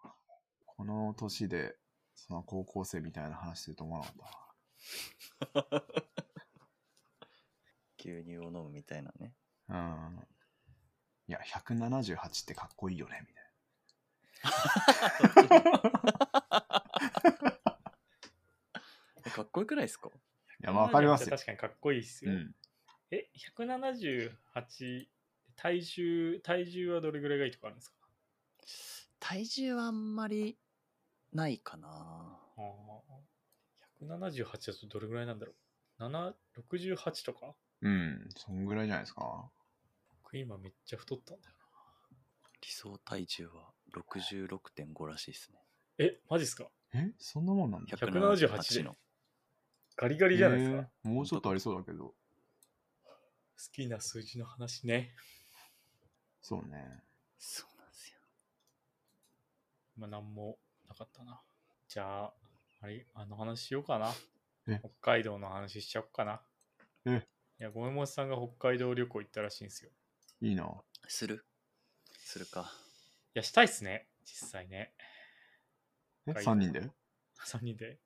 Speaker 2: この年で、その高校生みたいな話すると思わなかったな。
Speaker 4: 牛乳を飲むみたいなね。
Speaker 2: うん。いや、178ってかっこいいよね、みたい
Speaker 4: えかっこよくないですか
Speaker 2: な。いや、まあわかりますよ。
Speaker 3: 確かにかっこいいっす
Speaker 2: う
Speaker 3: よ。
Speaker 2: ん。
Speaker 3: え、178、体重、体重はどれぐらいがいいとかあるんですか
Speaker 4: 体重はあんまりないかな。
Speaker 3: ああ。178だとどれぐらいなんだろう ?7、68とか
Speaker 2: うん。そんぐらいじゃないですか。
Speaker 3: 僕今めっちゃ太ったんだよ
Speaker 4: 理想体重は66.5らしいですね。
Speaker 3: な。え、マジっすか
Speaker 2: えそんなもんなんだ。
Speaker 3: 178で
Speaker 4: の。
Speaker 3: ガリガリじゃないですか。
Speaker 2: えーもうちょっとありそうだけど。
Speaker 3: 好きな数字の話ね。
Speaker 2: そうね。
Speaker 4: そうなんですよ。
Speaker 3: 今なんもなかったな。じゃあ、あれ、あの話しようかな。
Speaker 2: え
Speaker 3: 北海道の話しちゃおうかな。
Speaker 2: え
Speaker 3: いや、ごめんもちさんが北海道旅行行ったらしいんですよ。
Speaker 2: いいな。
Speaker 4: するするか。
Speaker 3: いや、したいっすね。実際ね。
Speaker 2: え
Speaker 3: はい
Speaker 2: ?3 人で
Speaker 3: 3人で。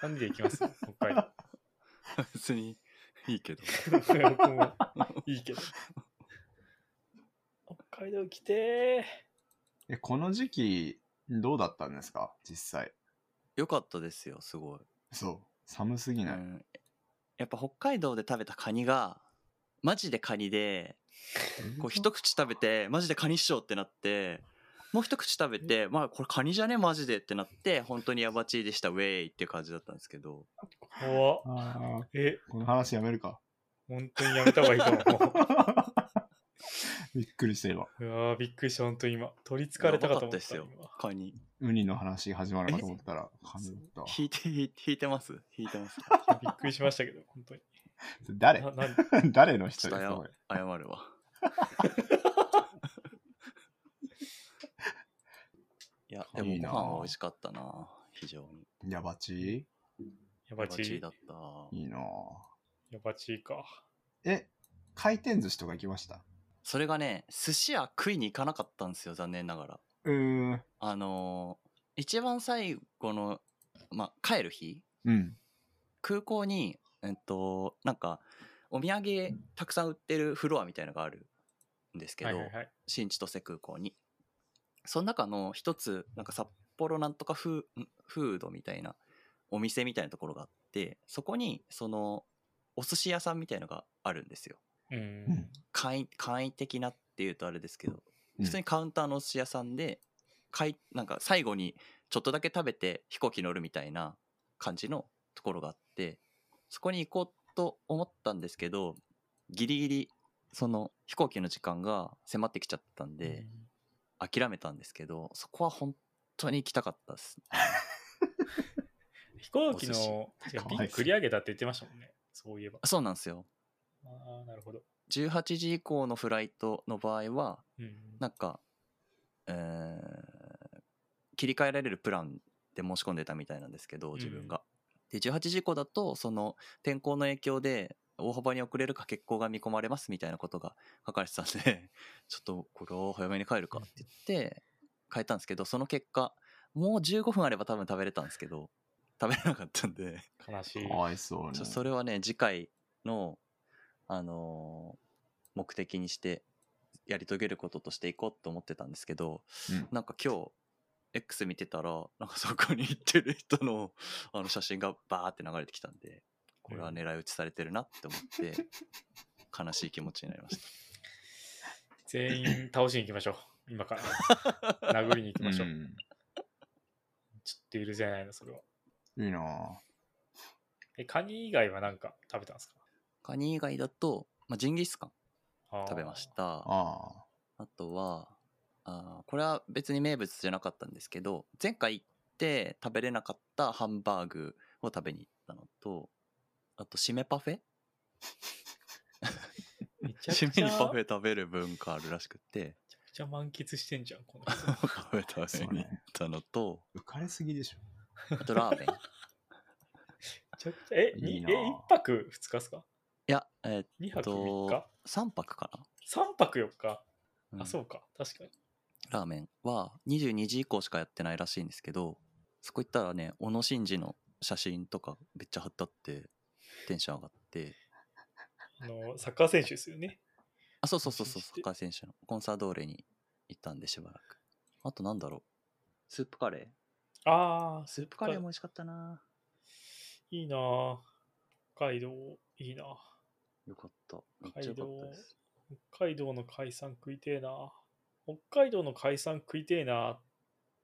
Speaker 3: 3人で行きます。北海道。
Speaker 4: 別にいいけ ど。
Speaker 3: 僕もいいけど。北海道来て
Speaker 2: え、この時期、どうだったんですか実際。
Speaker 4: よかったですよ、すごい。
Speaker 2: そう。寒すぎ
Speaker 4: う
Speaker 2: ない。
Speaker 4: ん、やっぱ北海道で食べたカニが、マジでカニでこう一口食べてマジでカニっしょってなってもう一口食べてまあこれカニじゃねマジでってなって本当にヤバチーでしたウェイっていう感じだったんですけど
Speaker 3: 怖っ
Speaker 2: ああ、
Speaker 3: え、
Speaker 2: この話やめるか。
Speaker 3: 本当にやめた方がいいかも。も
Speaker 2: びっくりしてるわ。
Speaker 3: ううわーびっくりした、本当に今。取りつかれたかと思った。
Speaker 4: やばかったですよ
Speaker 3: 今
Speaker 4: カニ
Speaker 2: ウニの話始まるかと思ったら、カニだったわ。
Speaker 4: 引いて引いて引いてます引いてます
Speaker 3: びっくりしましたけど、本当に。
Speaker 2: 誰
Speaker 3: なな ん
Speaker 2: 誰の人
Speaker 4: ちょっ
Speaker 2: で
Speaker 4: と
Speaker 2: す
Speaker 4: 謝
Speaker 2: かこれ
Speaker 4: 謝る わいやでも
Speaker 2: いい
Speaker 4: ご
Speaker 2: な
Speaker 4: 飯は美味しかったな非常に
Speaker 2: やばち
Speaker 3: や
Speaker 4: ヤ
Speaker 3: ば
Speaker 4: バチー
Speaker 3: ち
Speaker 4: だ、った
Speaker 2: いいなぁ
Speaker 3: やばちか。
Speaker 2: え、回転寿司とか行きました
Speaker 4: それがね寿司屋食いに行かなかったんですよ残念ながら
Speaker 2: うーん。
Speaker 4: あのー一番最後の、まあ、帰る日
Speaker 2: うん。
Speaker 4: 空港に、えっと、なんかお土産たくさん売ってるフロアみたいのがあるんですけど、
Speaker 3: はいはいはい。
Speaker 4: 新千歳空港にその中の一つなんか札幌なんとかフーんフードみたいなお店みたいなところがあってそこにそのお寿司屋さんみたいのがあるんですよ
Speaker 3: うん。
Speaker 4: 簡易簡易的なっていうとあれですけど
Speaker 2: うん
Speaker 4: 普通にカウンターのお寿司屋さんでかいなんか最後にちょっとだけ食べて飛行機乗るみたいな感じのところがあってそこに行こうと思ったんですけどギリギリその飛行機の時間が迫ってきちゃったんで諦めたんですけどそこは本当に行きたかったです
Speaker 3: 飛行機の
Speaker 4: お
Speaker 3: 違う
Speaker 2: かわいそう
Speaker 3: 便繰り上げたって言ってましたもんね。そういえば。
Speaker 4: そうなんですよ
Speaker 3: ああ、なるほど。
Speaker 4: 18時以降のフライトの場合は
Speaker 3: うん。
Speaker 4: なんか、えー切り替えられるプランで申し込んでたみたいなんですけど、自分が。で、18時以降だと、その天候の影響で大幅に遅れるか欠航が見込まれますみたいなことが書かれてたんで、 ちょっとこれを早めに帰るかって言って、変えたんですけど、その結果、もう15分あれば多分食べれたんですけど、食べれなかったんで、
Speaker 3: 悲しい。
Speaker 2: かわいそう
Speaker 4: ち
Speaker 2: に
Speaker 4: ょ。それはね、次回の、あのー目的にして、やり遂げることとしていこうと思ってたんですけど、
Speaker 2: うん
Speaker 4: なんか今日、X 見てたら、なんかそこに行ってる人の あの写真がバーって流れてきたんで、これは狙い撃ちされてるなって思って、悲しい気持ちになりました。
Speaker 3: 全員倒しに行きましょう。今から。殴りに行きましょう。
Speaker 2: う
Speaker 3: ちょっと許せないな、それは。
Speaker 2: んいいなぁ
Speaker 3: え、カニ以外は何か食べたんですか
Speaker 4: カニ以外だと、まあ、ジンギスカン
Speaker 3: あー
Speaker 4: 食べました。あ
Speaker 2: ああ。
Speaker 4: とはあー、これは別に名物じゃなかったんですけど、前回行って食べれなかったハンバーグを食べに行ったのと、あと、締めパフェ
Speaker 3: めちゃくち
Speaker 4: 締
Speaker 3: ゃ
Speaker 4: めにパフェ食べる文化あるらしくて、
Speaker 3: めちゃくちゃ満喫してんじゃん、この人。
Speaker 4: パフェ食べに行ったのと、
Speaker 2: 浮かれすぎでしょ。
Speaker 4: あとラーメン。
Speaker 3: めちゃくちゃえ、
Speaker 2: いい
Speaker 3: に
Speaker 2: な
Speaker 3: え、1泊2日っすか
Speaker 4: いや、え
Speaker 3: ?2
Speaker 4: っ
Speaker 3: 泊3
Speaker 4: と
Speaker 3: 日、
Speaker 4: 3泊か
Speaker 3: ?3 泊4日
Speaker 4: な。
Speaker 3: あ、そうか。確かに。
Speaker 4: ラーメンは22時以降しかやってないらしいんですけど、そこ行ったらね、小野真二の写真とかめっちゃ貼ってあって、テンション上がって、
Speaker 3: あの、サッカー選手ですよね。
Speaker 4: あ、そうそうそうそう、
Speaker 3: 小野伸二
Speaker 4: サッカー選手のコンサドーレに行ったんでしばらく。あとなんだろう。スープカレ
Speaker 3: ああ、
Speaker 4: ー
Speaker 3: ス
Speaker 4: ス
Speaker 3: ー
Speaker 4: ー
Speaker 3: プ
Speaker 4: プ
Speaker 3: カ
Speaker 4: カ
Speaker 3: レ
Speaker 4: レ
Speaker 3: ー
Speaker 4: ー
Speaker 3: も。
Speaker 4: も美味しかったない
Speaker 3: いなぁ北海道、いいなぁ
Speaker 4: よかった。めっちゃよかったです。
Speaker 3: 北海道の海産食いてえなぁ北海道の海産食いてえなぁっ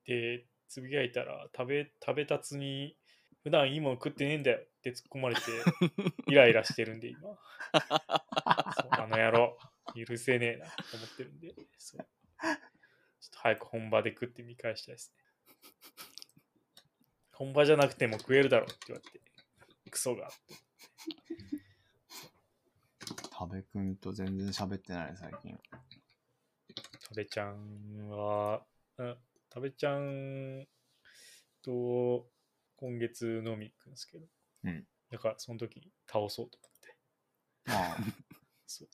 Speaker 3: てつぶやいたら、食べ、食べたつに、普段いいもの食ってねえんだよって突っ込まれて、イライラしてるんで、今。そうあの野郎、許せねえなと思ってるんで、そう。ちょっと早く本場で食って見返したいですね。本場じゃなくても食えるだろうって言われて、クソが。
Speaker 2: 多部くんと全然喋ってない、最近。
Speaker 3: 食べちゃんは、うん、食べちゃんと今月飲み行くんですけど、
Speaker 2: うん
Speaker 3: だからその時に倒そうと思って、
Speaker 2: ああ。
Speaker 3: そう、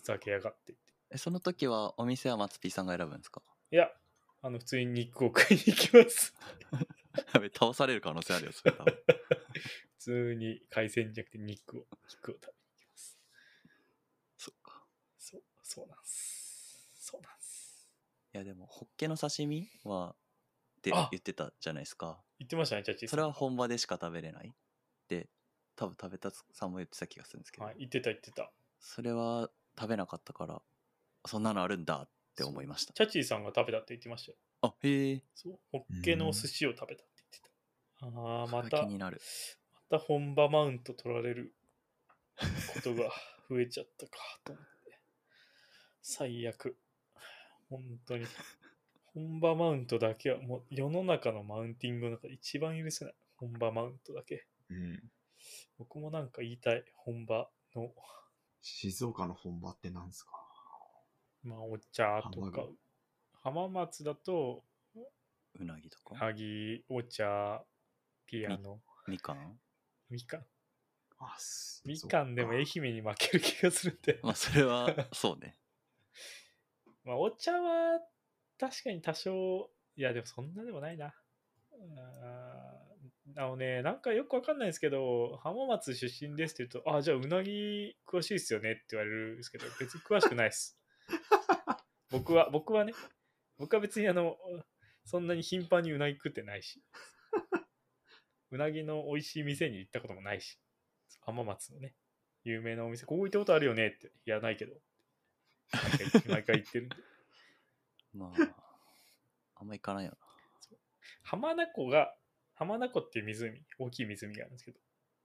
Speaker 3: ふざけやがってって。
Speaker 4: え、その時はお店は松ピーさんが選ぶんですか
Speaker 3: いや、あの、普通に肉を食いに行きます。
Speaker 4: やべ倒される可能性あるよ、それ 多分。
Speaker 3: 普通に海鮮じゃなくて肉を、肉を食べに行きます。
Speaker 4: そっか。
Speaker 3: そう、そうなんす。そうなんす。
Speaker 4: いや、でも、ホッケの刺身は、って
Speaker 3: あ
Speaker 4: 言ってたじゃないですか。
Speaker 3: 言ってましたね、チャッチーさ
Speaker 4: そ
Speaker 3: ん
Speaker 4: れは本場でしか食べれないって多分食べたさんも言ってた気がするんですけど、
Speaker 3: はい、言ってた言ってた。
Speaker 4: それは食べなかったから、そんなのあるんだって思いました。
Speaker 3: チャチーさんが食べたって言ってましたよ。
Speaker 4: あ、へえ。
Speaker 3: そう。ホッケのお寿司を食べたって言ってた。ああ、また、
Speaker 4: 気に
Speaker 3: ま
Speaker 4: なる。
Speaker 3: た本場マウント取られることが増えちゃったかと思って。最悪。本当に。本場マウントだけは、もう世の中のマウンティングの中で一番許せない。本場マウントだけ。
Speaker 2: うん。
Speaker 3: 僕もなんか言いたい。本場の、
Speaker 2: 静岡の本場ってなんですか
Speaker 3: まあ、お茶とか
Speaker 2: ハマ。
Speaker 3: 浜松だと、
Speaker 4: うなぎとか、
Speaker 3: はぎ、お茶、ピアノ、
Speaker 4: みかん。
Speaker 3: みかん。
Speaker 2: あ、す
Speaker 3: みかんでも愛媛に負ける気がするんで。
Speaker 4: まあ、それ は、そうね。
Speaker 3: まあ、お茶は確かに多少、いや、でもそんなでもないな。あーあのね、なんかよくわかんないんですけど、浜松出身ですって言うと、あ、じゃあうなぎ詳しいですよねって言われるんですけど、別に詳しくないです。 僕は、僕はね、僕は別にあの、そんなに頻繁にうなぎ食ってないし、うなぎの美味しい店に行ったこともないし、浜松のね、有名なお店、ここ行ったことあるよねって、いや、ないけど、毎回行って毎回行ってるんで。
Speaker 4: まあ、あんま行かないよ
Speaker 3: 浜名湖が、浜名湖っていう湖、大きい湖があるんですけど、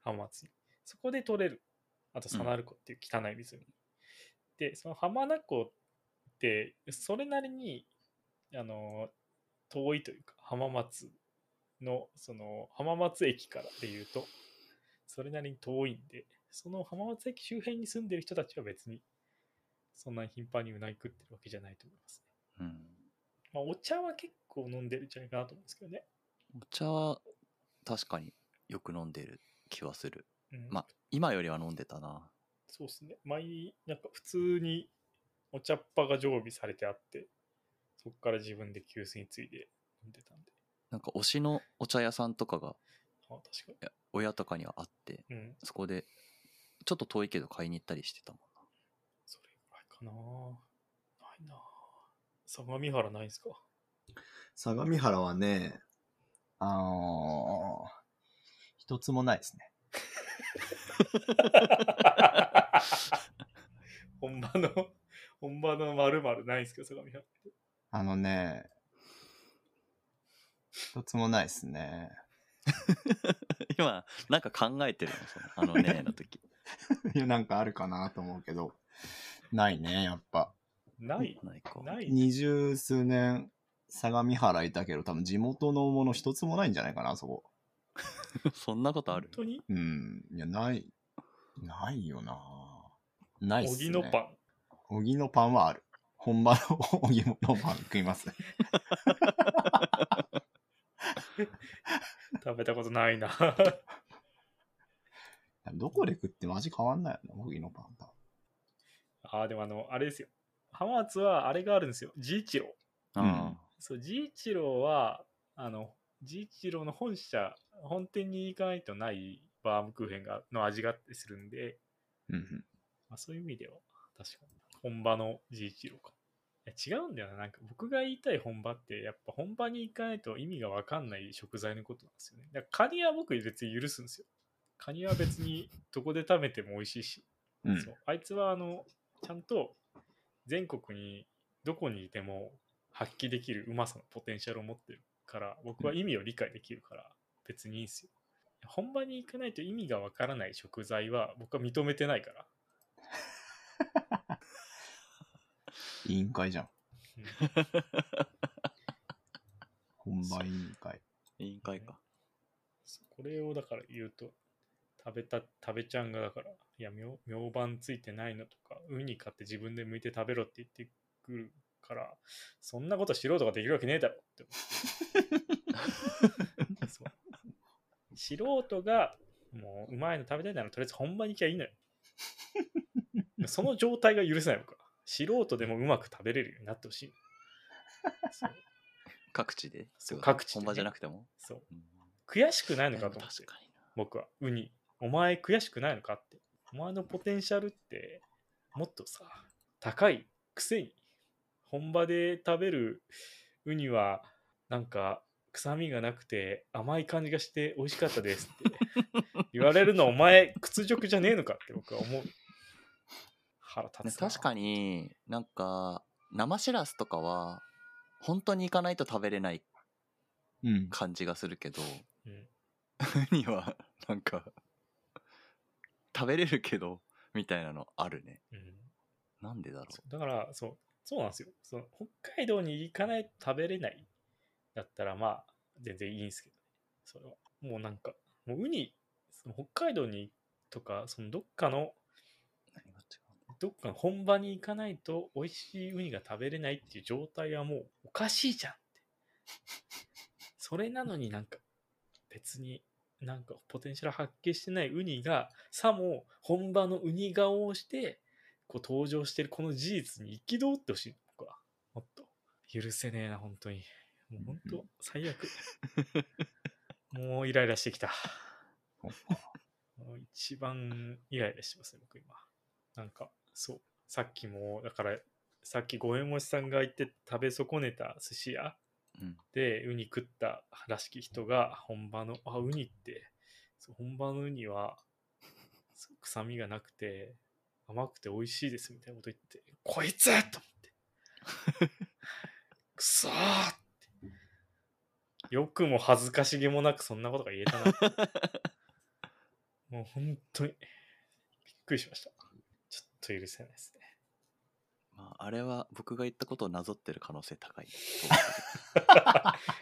Speaker 3: 浜松に。そこで取れる。あと、
Speaker 4: うん
Speaker 3: サナル湖っていう汚い湖。で、その浜名湖って、それなりに、あの、遠いというか、浜松の、その、浜松駅からで言うと、それなりに遠いんで、その浜松駅周辺に住んでる人たちは別に、そんなに頻繁にうなぎ食ってるわけじゃないと思いますね。
Speaker 4: な。うん。
Speaker 3: まあ、お茶は結構飲んでるんじゃないかなと思うんですけどね。
Speaker 4: お茶は、確かによく飲んでる気はする。
Speaker 3: うん
Speaker 4: まあ、今よりは飲んでたな。
Speaker 3: そうですね。毎、なんか普通にお茶っ葉が常備されてあって、そこから自分で急須についで飲んでたんで。
Speaker 4: なんか推しのお茶屋さんとかが、
Speaker 3: あ確か
Speaker 4: いや親とかにはあって、
Speaker 3: に。うん。
Speaker 4: そこで、ちょっと遠いけど買いに行ったりしてたもんな。
Speaker 3: それぐらいかなないな相模原ないんすか
Speaker 2: 相模原はね、あのー、一つもないですね。
Speaker 3: 本場の、本場のまるないんすか相模原。
Speaker 2: あのね、一つもないですね。
Speaker 4: 今、なんか考えてるの、その、あのね、の 時。
Speaker 2: いや、なんかあるかなと思うけど、ないね、やっぱ。
Speaker 3: ない
Speaker 4: ないか。
Speaker 3: ない
Speaker 2: 二十数年、相模原いたけど、多分地元のもの一つもないんじゃないかな、あそこ。
Speaker 4: そんなことあ
Speaker 3: 本
Speaker 4: る
Speaker 3: 当に
Speaker 2: うん。いや、ない、ないよなないっすね。
Speaker 3: 小木のパン。
Speaker 2: 小木のパンはある。本場の 小木のパン食います。
Speaker 3: 食べたことない な
Speaker 2: どこで食っても味変わんないよな、小木のパン多分
Speaker 3: ああ、でもあの、あれですよ。浜松はあれがあるんですよ。ジ一郎。
Speaker 4: うんん。
Speaker 3: そう、ジ一郎は、あの、ジ一郎の本社、本店に行かないとないバームクーヘンがの味があってするんで、
Speaker 2: うんうん。
Speaker 3: まあ、そういう意味では、確かに。本場のジ一郎か。いや違うんだよな。なんか僕が言いたい本場って、やっぱ本場に行かないと意味がわかんない食材のことなんですよね。だからカニは僕別に許すんですよ。カニは別にどこで食べても美味しいし。
Speaker 2: うん
Speaker 3: そうあいつはあのちゃんと全国にどこにいても発揮できるうまさのポテンシャルを持ってるから僕は意味を理解できるから別にいいんですよ本場に行かないと意味がわからない食材は僕は認めてないから
Speaker 2: 委員会じゃん。
Speaker 3: うん
Speaker 2: 本場委員会。
Speaker 4: 委員会か。
Speaker 3: そうこれをだから言うと食べた食べちゃんがだからいや明明板ついてないのとかウニ買って自分で剥いて食べろって言ってくるからそんなこと素人ができるわけねえだろって思 ってそう素人がもううまいの食べたいならとりあえず本場に行きゃいいのよその状態が許せないのか素人でもうまく食べれるようになってほしいそう
Speaker 4: 各地で
Speaker 3: そう
Speaker 4: ってこと
Speaker 3: 各地でね
Speaker 4: 本場じゃなくても。
Speaker 3: そう
Speaker 4: うん
Speaker 3: 悔しくないのかと
Speaker 4: 確か
Speaker 3: 思って
Speaker 4: にな。
Speaker 3: 僕はウニお前悔しくないのかってお前のポテンシャルってもっとさ高いくせに本場で食べるウニはなんか臭みがなくて甘い感じがして美味しかったですって言われるのお前屈辱じゃねえのかって僕は思う腹立
Speaker 4: ね
Speaker 3: つな。
Speaker 4: 確かになんか生しらすとかは本当に行かないと食べれない
Speaker 2: うん。
Speaker 4: 感じがするけど
Speaker 3: うん。
Speaker 4: ウニはなんか食べれるけどみたいなのあるね
Speaker 3: うん
Speaker 4: なんでだろ
Speaker 3: そうだからそうそうなんですよその北海道に行かないと食べれないだったらまあ全然いいんですけどねそれはもうなんかもうウニその北海道にとかそのどっかの
Speaker 4: う何が違
Speaker 3: どっかの本場に行かないと美味しいウニが食べれないっていう状態はもうおかしいじゃんってそれなのになんか別になんかポテンシャル発揮してないウニがさも本場のウニ顔をしてこう登場してるこの事実に憤ってほしい僕はもっと許せねえな本当にもう本
Speaker 2: うんう
Speaker 3: 当最悪もうイライラしてきた
Speaker 2: そっ
Speaker 3: もう一番イライラしてますね、僕今。なんか、そう。さっきも、だから、さっき五右衛門さんが言って食べ損ねた寿司屋
Speaker 4: う、うん、
Speaker 3: でウニ食ったらしき人が本場の、あ、ウニって、そう本場のウニはそう臭みがなくて甘くて美味しいですみたいなこと言って、こいつと思って。くそーって。よくも恥ずかしげもなくそんなことが言えたな。もう本当にびっくりしました。ちょっと許せないですね。
Speaker 4: まあ、あれは僕が言ったことをなぞってる可能性高 い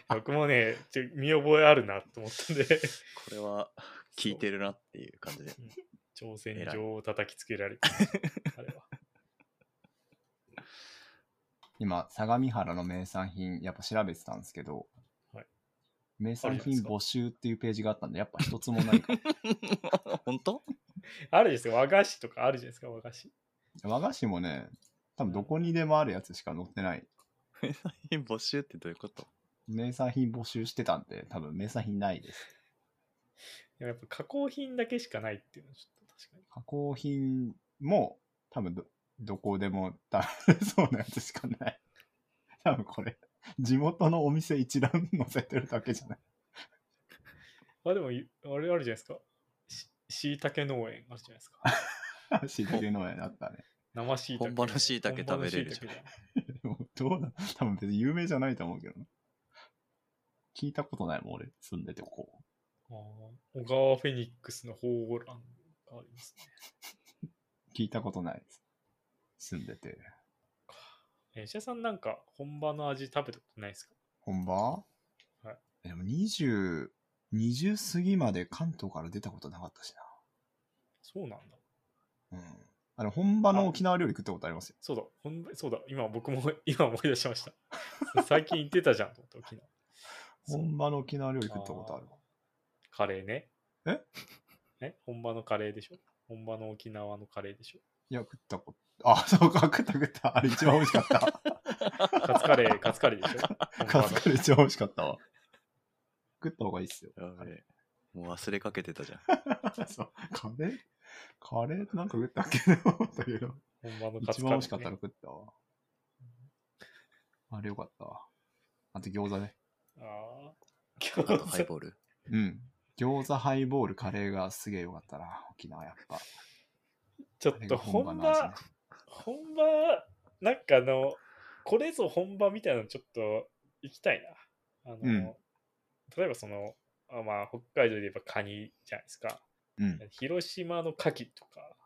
Speaker 3: 僕もね、ちょ見覚えあるなと思ったんで、
Speaker 4: これは聞いてるなっていう感じで
Speaker 3: 挑戦
Speaker 4: 偉い
Speaker 3: 状を叩きつけられてました、あれは。
Speaker 2: 今、相模原の名産品、やっぱ調べてたんですけど、
Speaker 3: はい
Speaker 2: 名産
Speaker 3: あるんで
Speaker 2: 品
Speaker 3: すか
Speaker 2: 募集っていうページがあったんで、やっぱ一つもない から。
Speaker 4: 本当
Speaker 3: あるですよ、和菓子とかあるじゃないですか、和菓子。
Speaker 2: 和菓子もね、多分どこにでもあるやつしか載ってない。
Speaker 4: 名産品募集ってどういうこと
Speaker 2: 名産品募集してたんで、多分名産品ないです。
Speaker 3: でもやっぱ加工品だけしかないっていうのはちょっと確かに。
Speaker 2: 加工品も多分どどこでも食べれ そうなやつしかない。多分これ、地元のお店一覧載せてるだけじゃない。
Speaker 3: あ、でも、いあれあるじゃないですか。しいたけ農園あるじゃないです か。
Speaker 2: 椎茸農園だったね。
Speaker 3: 生しいたけ。
Speaker 4: 本場の椎茸食べれるじゃん
Speaker 2: でもどうだ多分別に有名じゃないと思うけどな。聞いたことないもん、俺、住んでてこう。
Speaker 3: 小川フェニックスのホーゴランがありますね。
Speaker 2: 聞いたことないです。住んでて。
Speaker 3: え石田さんなんか本場の味食べたことないですか
Speaker 2: 本場はいい。でも20、20過ぎまで関東から出たことなかったし
Speaker 3: そうなんだ。
Speaker 2: な。うん。あの、本場の沖縄料理食ったことありますよ。
Speaker 3: そうだ、ほんそうだ、今僕も今思い出しました。最近行ってたじゃんと思って、沖縄。
Speaker 2: 本場の沖縄料理食ったことある。
Speaker 3: ーカレーね。
Speaker 2: え
Speaker 3: え本場のカレーでしょ本場の沖縄のカレーでしょ
Speaker 2: いや、食ったこと。あ、そうか、食った食った。あれ一番美味しか った。
Speaker 3: カツ カレー、カツカレーでしょ本場
Speaker 2: カ
Speaker 3: の
Speaker 2: ツカレー一番美味しかったわ。食った方がいいっすよ。
Speaker 4: やべえもう忘れかけてたじゃん
Speaker 2: そう。カレーカレーってなんか食ったっけな思ったけど。
Speaker 3: 本場のカツ
Speaker 2: 一
Speaker 3: カ
Speaker 2: 番
Speaker 3: レー、
Speaker 2: 美味しかったの食ったわ。あれよかったわ。あと餃子ね。
Speaker 3: ああ。
Speaker 4: あとハイボール
Speaker 2: うん。餃子、ハイボール、カレーがすげえよかったな。沖縄やっぱ。
Speaker 3: ちょ
Speaker 2: あ
Speaker 3: っ
Speaker 2: れ
Speaker 3: と
Speaker 2: が
Speaker 3: 本場
Speaker 2: 本
Speaker 3: 本
Speaker 2: 場の味ね
Speaker 3: 場、なんかあの、これぞ本場みたいなのちょっと行きたいな。あの、
Speaker 2: うん
Speaker 3: 例えばその、あまあ、北海道で言えばカニじゃないですか。
Speaker 2: うん。
Speaker 3: 広島の牡蠣とか、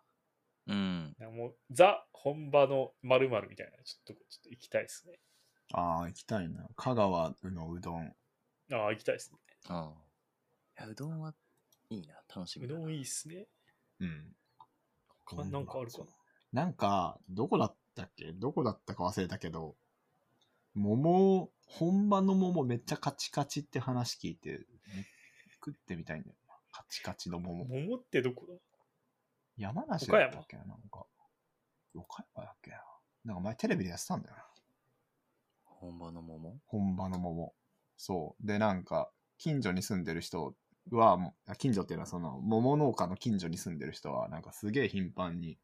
Speaker 4: うん
Speaker 3: なもうザ本場の〇〇みたいなちょっとちょっと行きたいですね。
Speaker 2: ああ、行きたいな。香川のうどん。
Speaker 3: ああ行きたいですね。
Speaker 4: ああいやうどんはいいな楽しみ
Speaker 3: う
Speaker 4: だ
Speaker 3: ど
Speaker 4: なん
Speaker 3: いいっすね。
Speaker 2: うん。
Speaker 3: 他なんかあるかな。
Speaker 2: なんか、どこだったっけどこだったか忘れたけど、桃、本場の桃めっちゃカチカチって話聞いて、ね食ってみたいんだよな。カチカチの桃。
Speaker 3: 桃ってどこだ
Speaker 2: 山梨だったっけななんか。岡山だっけななんか前テレビでやってたんだよな。
Speaker 4: 本場の桃
Speaker 2: 本場の桃。そう。で、なんか、近所に住んでる人は、もうあ近所っていうのはその、桃農家の近所に住んでる人は、なんかすげえ頻繁に、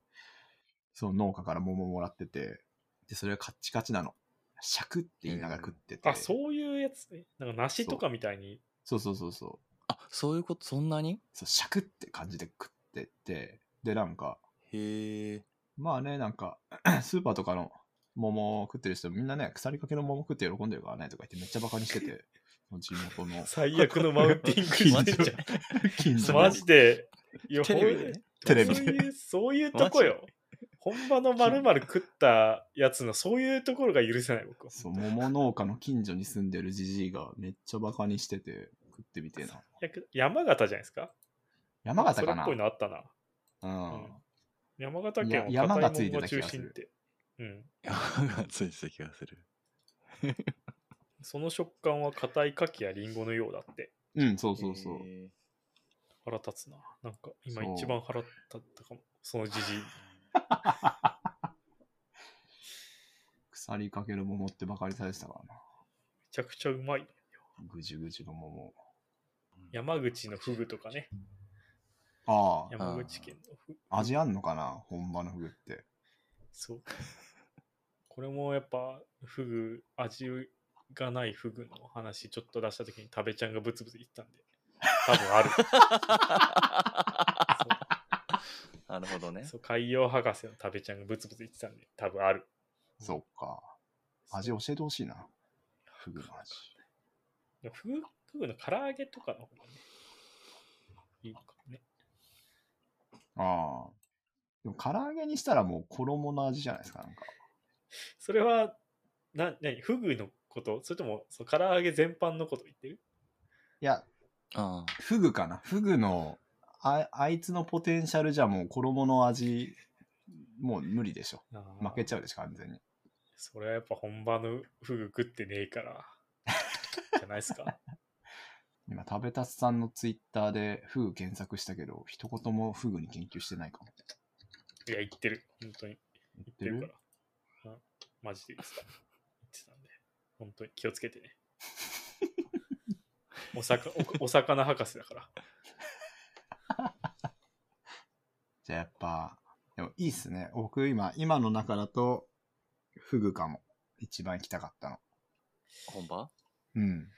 Speaker 2: その農家から桃もらってて、で、それがカッチカチなの。シャクって言いながら食ってて。
Speaker 3: あ、そういうやつね。なんか梨とかみたいに。
Speaker 2: そうそうそうそう。
Speaker 4: あそういう ことそんなに
Speaker 2: そうシャクって感じで食ってて、で、なんか、
Speaker 4: へえ
Speaker 2: まあね、なんか、 スーパーとかの桃を食ってる人、みんなね、腐りかけの桃食って喜んでるからねとか言ってめっちゃバカにして て、その地元の
Speaker 3: 最悪のマウンティング して んじゃ
Speaker 2: 近所
Speaker 3: ん。
Speaker 2: の
Speaker 3: マジで。いや
Speaker 4: テレビでね
Speaker 2: テレビ
Speaker 3: そう
Speaker 2: で。
Speaker 3: いうそういうとこよ。本場のまるまる食ったやつのそういうところが許せない僕は。
Speaker 2: そう、桃農家の近所に住んでるじじいがめっちゃバカにしてて、食ってみてえな。
Speaker 3: やく山形じゃないですか
Speaker 2: 山形かな
Speaker 3: それっぽいのあったな。
Speaker 2: うん。
Speaker 3: 山形
Speaker 2: いや
Speaker 3: 県は
Speaker 2: 山がつ
Speaker 3: 硬
Speaker 2: い
Speaker 3: い
Speaker 2: て
Speaker 3: もの
Speaker 2: た気
Speaker 3: が中
Speaker 2: がす
Speaker 3: 心っ
Speaker 2: る
Speaker 3: て。うん。
Speaker 4: がついてた気がする。
Speaker 3: その食感は硬い牡蠣やリンゴのようだって。
Speaker 2: うん、そうそうそう。
Speaker 4: え
Speaker 3: 腹立つな。なんか今
Speaker 2: そう
Speaker 3: 一番腹立ったかも。そのじじい。
Speaker 2: 腐りかける桃ってバカにされてたからな。
Speaker 3: めちゃくちゃうまい。
Speaker 2: ぐじゅぐじゅの桃。
Speaker 3: 山口のフグとかね。
Speaker 2: あ
Speaker 3: 山口県のフグ。
Speaker 2: あ、味あんのかな本場のフグって。
Speaker 3: そう。これもやっぱフグ、味がないフグの話ちょっと出した時に食べちゃんがブツブツ言ったんで。多分 ある。
Speaker 4: ーなるほどね。
Speaker 3: そう海洋博士の食べちゃんがブツブツ言ってたんで、多分ある。
Speaker 2: そっか。味教えてほしいな。フグの味。
Speaker 3: でもフグ、フグの唐揚げとかの方がね、いいのかもね。
Speaker 2: ああ。でも唐揚げにしたらもう衣の味じゃないですか、なんか。
Speaker 3: それは、な、なに、フグのことそれとも、そう唐揚げ全般のこと言ってる
Speaker 2: いや、
Speaker 4: あ
Speaker 2: フグかな。フグの、ああいつのポテンシャルじゃもう衣の味、もう無理でしょ。負けち
Speaker 3: ゃう。
Speaker 2: ゃうでしょ、完全に。
Speaker 3: それはやっぱ本場のフグ食ってね えから、じゃないですか。
Speaker 2: 今、食べたつさんのツイッターでフグ検索したけど、一言もフグに研究してないかも。
Speaker 3: いや、言ってる。本当に。
Speaker 2: 言っ
Speaker 3: 言ってるから。うんマジで言ってた。言ってたんで。本当に気をつけ てね。おさかおお魚博士だから。
Speaker 2: じゃあやっぱ、でもいいっすね。僕今、今の中だと、フグかも。一番行きたかったの。
Speaker 4: あ、本場
Speaker 2: うん。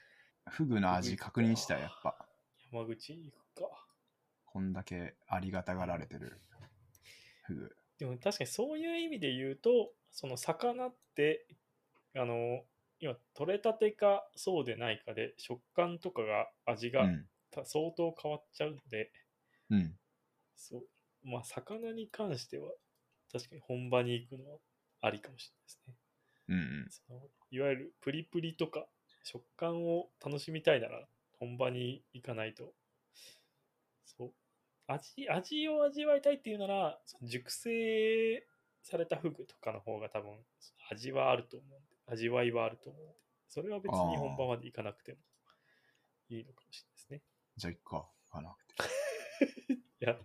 Speaker 2: フグの味
Speaker 3: フグか
Speaker 2: 確認したい、やっぱ。
Speaker 3: 山口行くか。
Speaker 2: こんだけありがたがられてる。フグ。
Speaker 3: でも確かにそういう意味で言うと、その魚って、あの、今、取れたてかそうでないかで、食感とかが、味
Speaker 2: う
Speaker 3: が
Speaker 2: ん。
Speaker 3: た相当変わっちゃうんで、
Speaker 2: うん。
Speaker 3: そう。まあ、魚に関しては、確かに本場に行くのはありかもしれないですね。
Speaker 2: うんうん。
Speaker 3: そのいわゆるプリプリとか食感を楽しみたいなら本場に行かないとそう味味を味わいたいっていうならその熟成されたフグとかの方が多分味はあると思うんで味わいはあると思うんでそれは別に本場まで行かなくてもいいのかもしれない
Speaker 2: じゃあ行くか。かなくて。
Speaker 3: ですねいや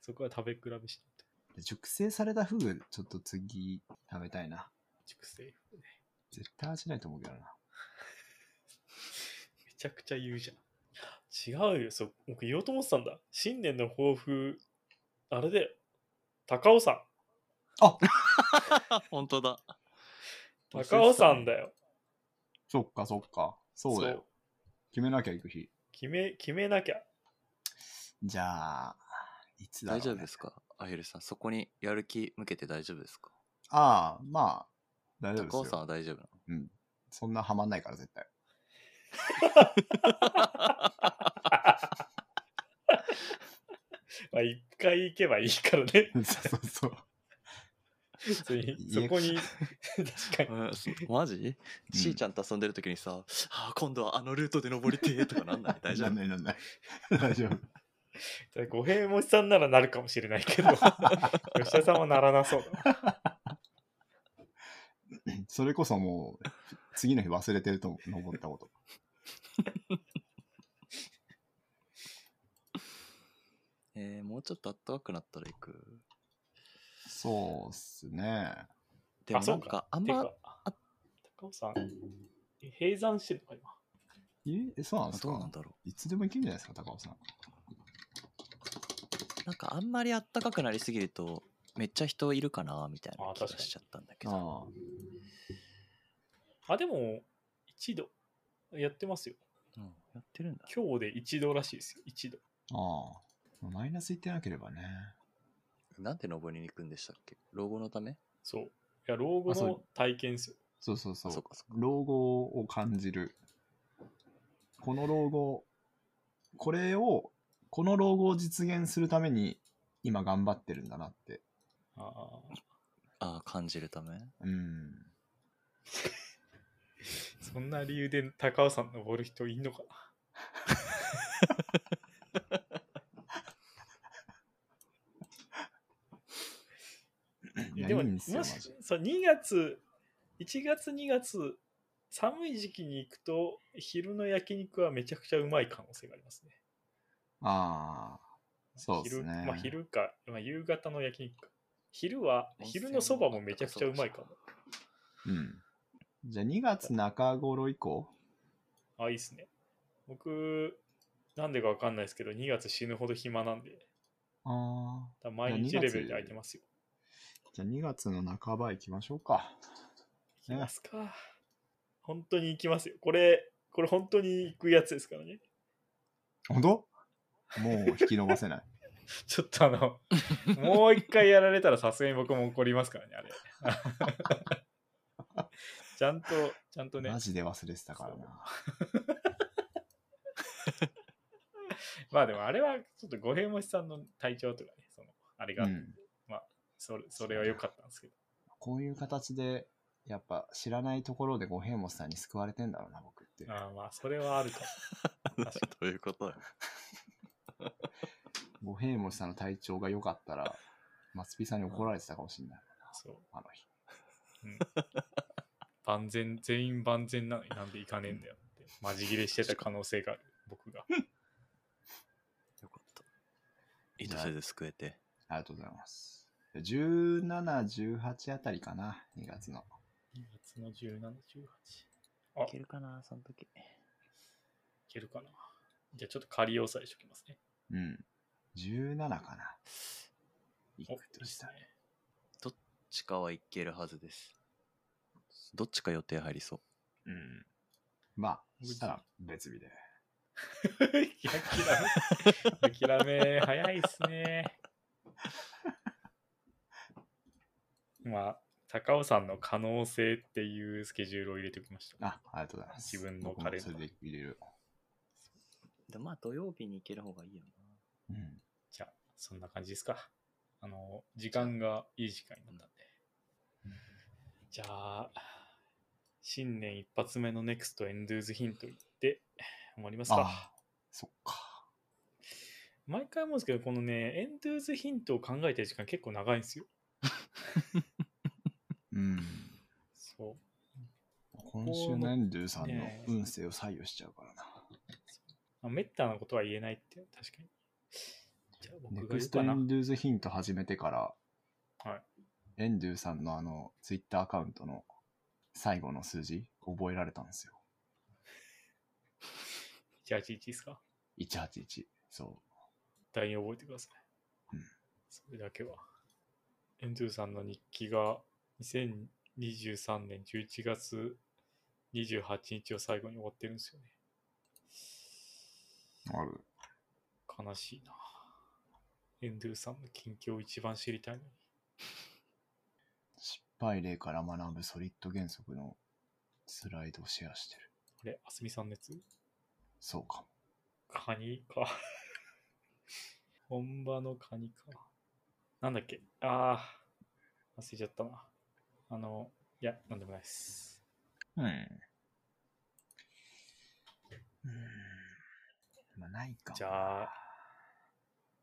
Speaker 3: そこは食べ比べしないと
Speaker 2: 熟成されたフグ、ちょっと次食べたいな。
Speaker 3: 熟成フグね
Speaker 2: 絶対味ないと思うけどな。
Speaker 3: めちゃくちゃ言うじゃん。違うよ、そう、僕言おうと思ってたんだ。新年の抱負、あれだよ。高尾山。
Speaker 4: 本当だ。
Speaker 3: 高尾山だよ。
Speaker 2: そっかそっか。そうだよ。決めなきゃ行く日。
Speaker 3: 決め、決めなきゃ。
Speaker 2: じゃあ、いつだろう、
Speaker 4: 大
Speaker 2: ね。
Speaker 4: 丈夫ですかアヒルさん、そこにやる気向けて大丈夫ですか
Speaker 2: ああ、まあ、大丈夫です
Speaker 4: 高
Speaker 2: よ。
Speaker 4: 尾さんは大丈夫なの
Speaker 2: そんなハマんないから、絶 対。
Speaker 3: まあ、一回行けばいいから ね。
Speaker 2: そうそうそう。
Speaker 3: 別に
Speaker 2: い
Speaker 3: そ
Speaker 2: や
Speaker 3: こ に、確かに。
Speaker 4: うんそマジしーちゃんと遊んでる時にさ、はあ今度はあのルートで登りてーとかなんない大
Speaker 2: な
Speaker 4: 丈
Speaker 2: ん
Speaker 4: 夫
Speaker 2: ないなんない。大丈夫。
Speaker 3: 五平餅さんならなるかもしれない けど、吉田さんはならなそうだな。
Speaker 2: それこそもう、次の日忘れてると思う、登ったこと。
Speaker 4: えー、もうちょっとあったかくなったら行く。
Speaker 2: そうっすね。
Speaker 4: でも
Speaker 3: あそ
Speaker 4: な
Speaker 3: うんか
Speaker 4: かあん
Speaker 3: て
Speaker 4: ま、
Speaker 3: か、高尾山、閉山してるのか、今。
Speaker 2: え、そうなんです
Speaker 4: どうな
Speaker 2: か
Speaker 4: んだろ
Speaker 2: いつでも行けるんじゃないですか、高尾さん。
Speaker 4: う。なんかあんまりあったかくなりすぎると、めっちゃ人いるかなみたいな
Speaker 3: あ
Speaker 4: 気が
Speaker 3: 確かに
Speaker 4: しちゃったんだけど。
Speaker 2: ああ。
Speaker 3: あ、でも、一度、やってますよ。
Speaker 4: うん、やってるんだ。
Speaker 3: 今日で一度らしいですよ、一度。
Speaker 2: ああ。マイナス行ってなければね。
Speaker 4: なんで登りに行くんでしたっけ老後のため
Speaker 3: そう。いや、老後
Speaker 2: あそ
Speaker 3: の
Speaker 2: う
Speaker 3: 体験ですよ。
Speaker 2: そうそうそ
Speaker 4: あ、
Speaker 2: う
Speaker 4: そう。か、そうか。
Speaker 2: 老後を感じる。この老後、これを、この老後を実現するために今頑張ってるんだなって。
Speaker 3: ああ。
Speaker 4: ああ、感じるため
Speaker 2: うん。
Speaker 3: そんな理由で高尾山登る人いんのか
Speaker 2: い
Speaker 3: な
Speaker 2: や
Speaker 3: でも、
Speaker 2: いいん
Speaker 3: も
Speaker 2: です
Speaker 3: し
Speaker 2: よマジ、
Speaker 3: そう、2月、1月、2月、寒い時期に行くと、昼の焼肉はめちゃくちゃうまい可能性がありますね。
Speaker 2: ああ、そうですね。
Speaker 3: 昼まあ、昼か、まあ、夕方の焼肉か。昼は、
Speaker 4: 温
Speaker 3: 昼
Speaker 4: 泉
Speaker 3: のそばも
Speaker 4: もあ
Speaker 3: め
Speaker 4: ったか
Speaker 3: ちゃくちゃうまいかも。
Speaker 2: うん。じゃあ2月中頃以降
Speaker 3: あ、いいっすね。僕、なんでかわかんないですけど、2月死ぬほど暇なんで、
Speaker 2: ああ。
Speaker 3: 多分毎
Speaker 2: い
Speaker 3: 日
Speaker 2: や
Speaker 3: レ
Speaker 2: 2月
Speaker 3: ベルで空いてますよ。
Speaker 2: じゃあ2月の半ば行きましょうか。
Speaker 3: 行きますか。本当に行きますよ。これ、これ本当に行くやつですからね。
Speaker 2: ほんともう引き伸ばせない。
Speaker 3: ちょっとあ の、もう一回やられたらさすがに僕も怒りますからね、あれ。 ちゃんと、ちゃんとね
Speaker 2: マ。ジで忘れてたからな。
Speaker 3: まあでもあれはちょっと五平もしさんの体調とかね、その、あれが、
Speaker 2: うん。
Speaker 3: それそれは良かったんですけど。
Speaker 2: こういう形で、やっぱ知らないところで五平本さんに救われてんだろうな、僕って。
Speaker 3: ああまあ、それはあるかも。
Speaker 4: どういうことよ
Speaker 2: 五平本さんの体調が良かったら、松ピさんに怒られてたかもしれない。
Speaker 3: そう。
Speaker 2: あの日。
Speaker 3: うん、万全、全員万全なのになんで行かねえんだよって、マジ切れしてた可能性がある、僕 が。
Speaker 4: よかった。意図せず救えて。
Speaker 2: ありがとうございます。17、18あたりかな、2月の。
Speaker 3: 2月の17、18。あ
Speaker 4: いけるかな、その時。
Speaker 3: いけるかな。じゃあちょっと仮押さえしときますね。
Speaker 2: うん。17かな。行
Speaker 3: お
Speaker 2: くとしたら。
Speaker 3: いいっす
Speaker 4: どっちかはいけるはずです。どっちか予定入りそう。
Speaker 2: うん。まあ、そしたら別日で。
Speaker 3: ね諦め、諦め、早いっす ね。まあ、高尾山の可能性っていうスケジュールを入れておきました。
Speaker 2: あ、ありがとうございます。
Speaker 3: 自分の
Speaker 2: 僕も
Speaker 3: カレンダー
Speaker 2: それで入れる。
Speaker 4: でまあ土曜日に行ける方がいいよ
Speaker 2: うん。
Speaker 3: じゃあ、そんな感じですか。あの、時間がいい時間になったんで。じゃあ、新年一発目のネクストエンドゥーズヒントいって終わりますか。
Speaker 2: あ、そっか。
Speaker 3: 毎回思うんですけど、このね、エンドゥーズヒントを考えてる時間結構長いんですよ。
Speaker 2: うん。
Speaker 3: そう。
Speaker 2: 今週のエンドゥさんの
Speaker 3: ね
Speaker 2: 運勢を左右しちゃうからな。
Speaker 3: まあ、めったなことは言えないって、確かに。じゃあ、
Speaker 2: ネ
Speaker 3: 僕が
Speaker 2: ク
Speaker 3: 言う
Speaker 2: スト
Speaker 3: か
Speaker 2: エ
Speaker 3: な。
Speaker 2: ンドゥーズヒント始めてから、
Speaker 3: はい
Speaker 2: エンドゥさんのあの、ツイッターアカウントの最後の数字、覚えられたんですよ。
Speaker 3: 181ですか
Speaker 2: 181。そ
Speaker 3: 大に覚えてくださ
Speaker 2: う
Speaker 3: い。
Speaker 2: ん
Speaker 3: それだけは。エンドゥさんの日記が2023年11月28日を最後に終わってるんですよね。
Speaker 2: う。ある。
Speaker 3: 悲しいな。エンドゥさんの近況を一番知りたいのに。
Speaker 2: 失敗例から学ぶソリッド原則のスライドをシェアしてる。
Speaker 3: あれ、あすみさんのやつ
Speaker 2: そうかも。
Speaker 3: カニか。 本場のカニか。なんだっけああ、忘れちゃったな。あの、いや、なんでもないです。
Speaker 2: うん。うん。まあ、ないかも。
Speaker 3: じゃあ、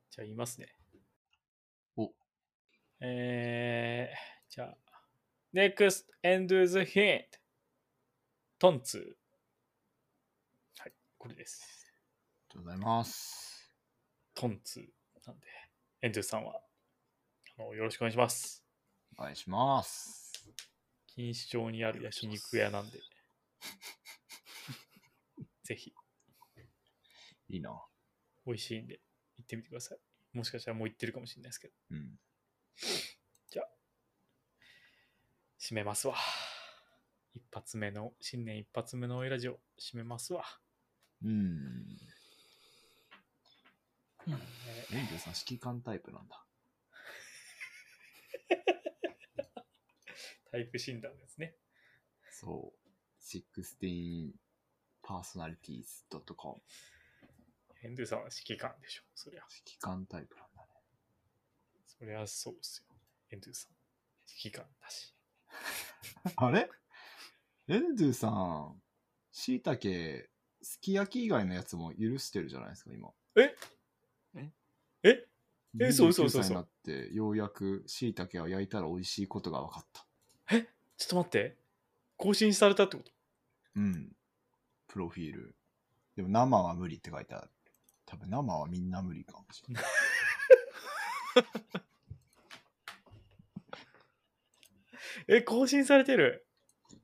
Speaker 3: じゃあ言いますね。
Speaker 2: お。
Speaker 3: えー、じゃあ、NEXT and the hint! トンツー。はい、これです。
Speaker 2: ありがとうございます。
Speaker 3: トンツーなんで、エンドゥさんは、あのよろしくお願いします。
Speaker 2: お願いします。
Speaker 3: 錦糸町にある焼肉屋なんで。ぜひ、
Speaker 2: いいな。
Speaker 3: 美味しいんで、行ってみてください。もしかしたらもう行ってるかもしれないですけど、
Speaker 2: うん。
Speaker 3: 締めますわ。一発目の、新年一発目のオイラジオ、締めますわ。
Speaker 2: うん。
Speaker 3: え
Speaker 2: エンジェルさん、指揮官タイプなんだ。
Speaker 3: タイプ診断ですね。
Speaker 2: そう。16 personalities.com。
Speaker 3: ヘンドゥさんは指揮官でしょ、そりゃ。
Speaker 2: 指揮官タイプなんだね。
Speaker 3: そりゃそうですよ。ヘンドゥさん。指揮官だし。
Speaker 2: あれエンドゥさん、しいたけ、すき焼き以外のやつも許してるじゃないですか、今。
Speaker 3: ええ
Speaker 2: 29
Speaker 3: そうそうそうそう
Speaker 2: 歳になって、ようやくしいたけは焼いたら美味しいことが分かった。
Speaker 3: ちょっと待って。更新されたってこと
Speaker 2: うん。プロフィール。でも生は無理って書いてある。多分生はみんな無理かもしれない。
Speaker 3: え、更新されてる。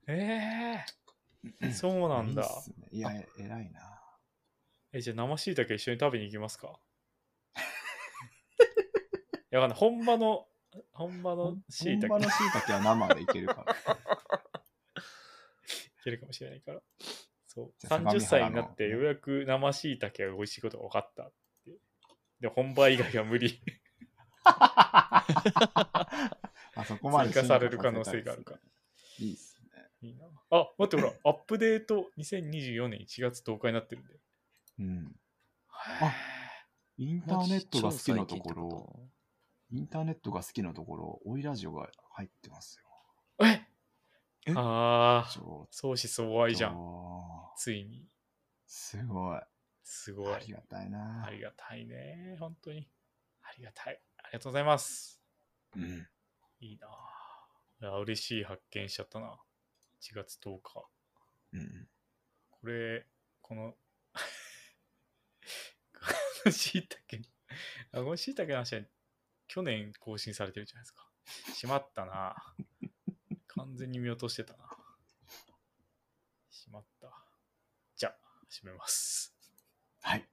Speaker 3: ええそうなんだ
Speaker 2: いいっすねいや、え偉いな。
Speaker 3: え、じゃあ生しいたけ一緒に食べに行きますか いや、わかんない。本場の、本場のしいたけ
Speaker 2: 本場のしいたけは生でいける から。
Speaker 3: いけるかもしれないから。そう。
Speaker 2: じゃあ相
Speaker 3: 30
Speaker 2: 模
Speaker 3: 歳
Speaker 2: 原
Speaker 3: に
Speaker 2: の
Speaker 3: なってようやく生しいたけが美味しいことが分かったって。で、本場以外は 無理。
Speaker 2: あそこまで
Speaker 3: 追
Speaker 2: 進
Speaker 3: 加
Speaker 2: 化
Speaker 3: される可能性があるか
Speaker 2: さ。せたいですね。いいっす
Speaker 3: いいな。あ、待って、ほら、 アップデート2024年1月10日になってるんで。
Speaker 2: ね。うん。あインターネットが好きなところ、インターネットが好きなところ、オイラジオが入ってますよ。
Speaker 3: え
Speaker 4: え
Speaker 3: あ
Speaker 2: ち
Speaker 3: あ、
Speaker 2: ょっと。
Speaker 3: 相思相愛じゃん。
Speaker 2: ん。
Speaker 3: ついに。
Speaker 2: すごい。
Speaker 3: すごい。
Speaker 2: ありがたいな。
Speaker 3: ありがたいね。本当に。ありがたい。ありがとうございます。
Speaker 2: うん。
Speaker 3: いいなあ。いや、嬉しい発見しちゃったな。1月10日。
Speaker 2: うん。
Speaker 3: これ、この、このしいたけ、あこのしいたけの話は去年更新されてるじゃないですか。しまったな。完全に見落としてたな。しまった。じゃあ、閉めます。
Speaker 2: はい。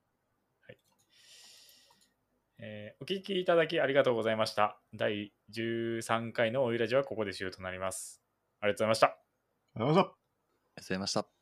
Speaker 3: えーお聞きいただきありがとうございました。第13回のおゆラジはここで終了となります。ありがとうございました。
Speaker 2: ありがとうございました。
Speaker 4: ありがとうございました。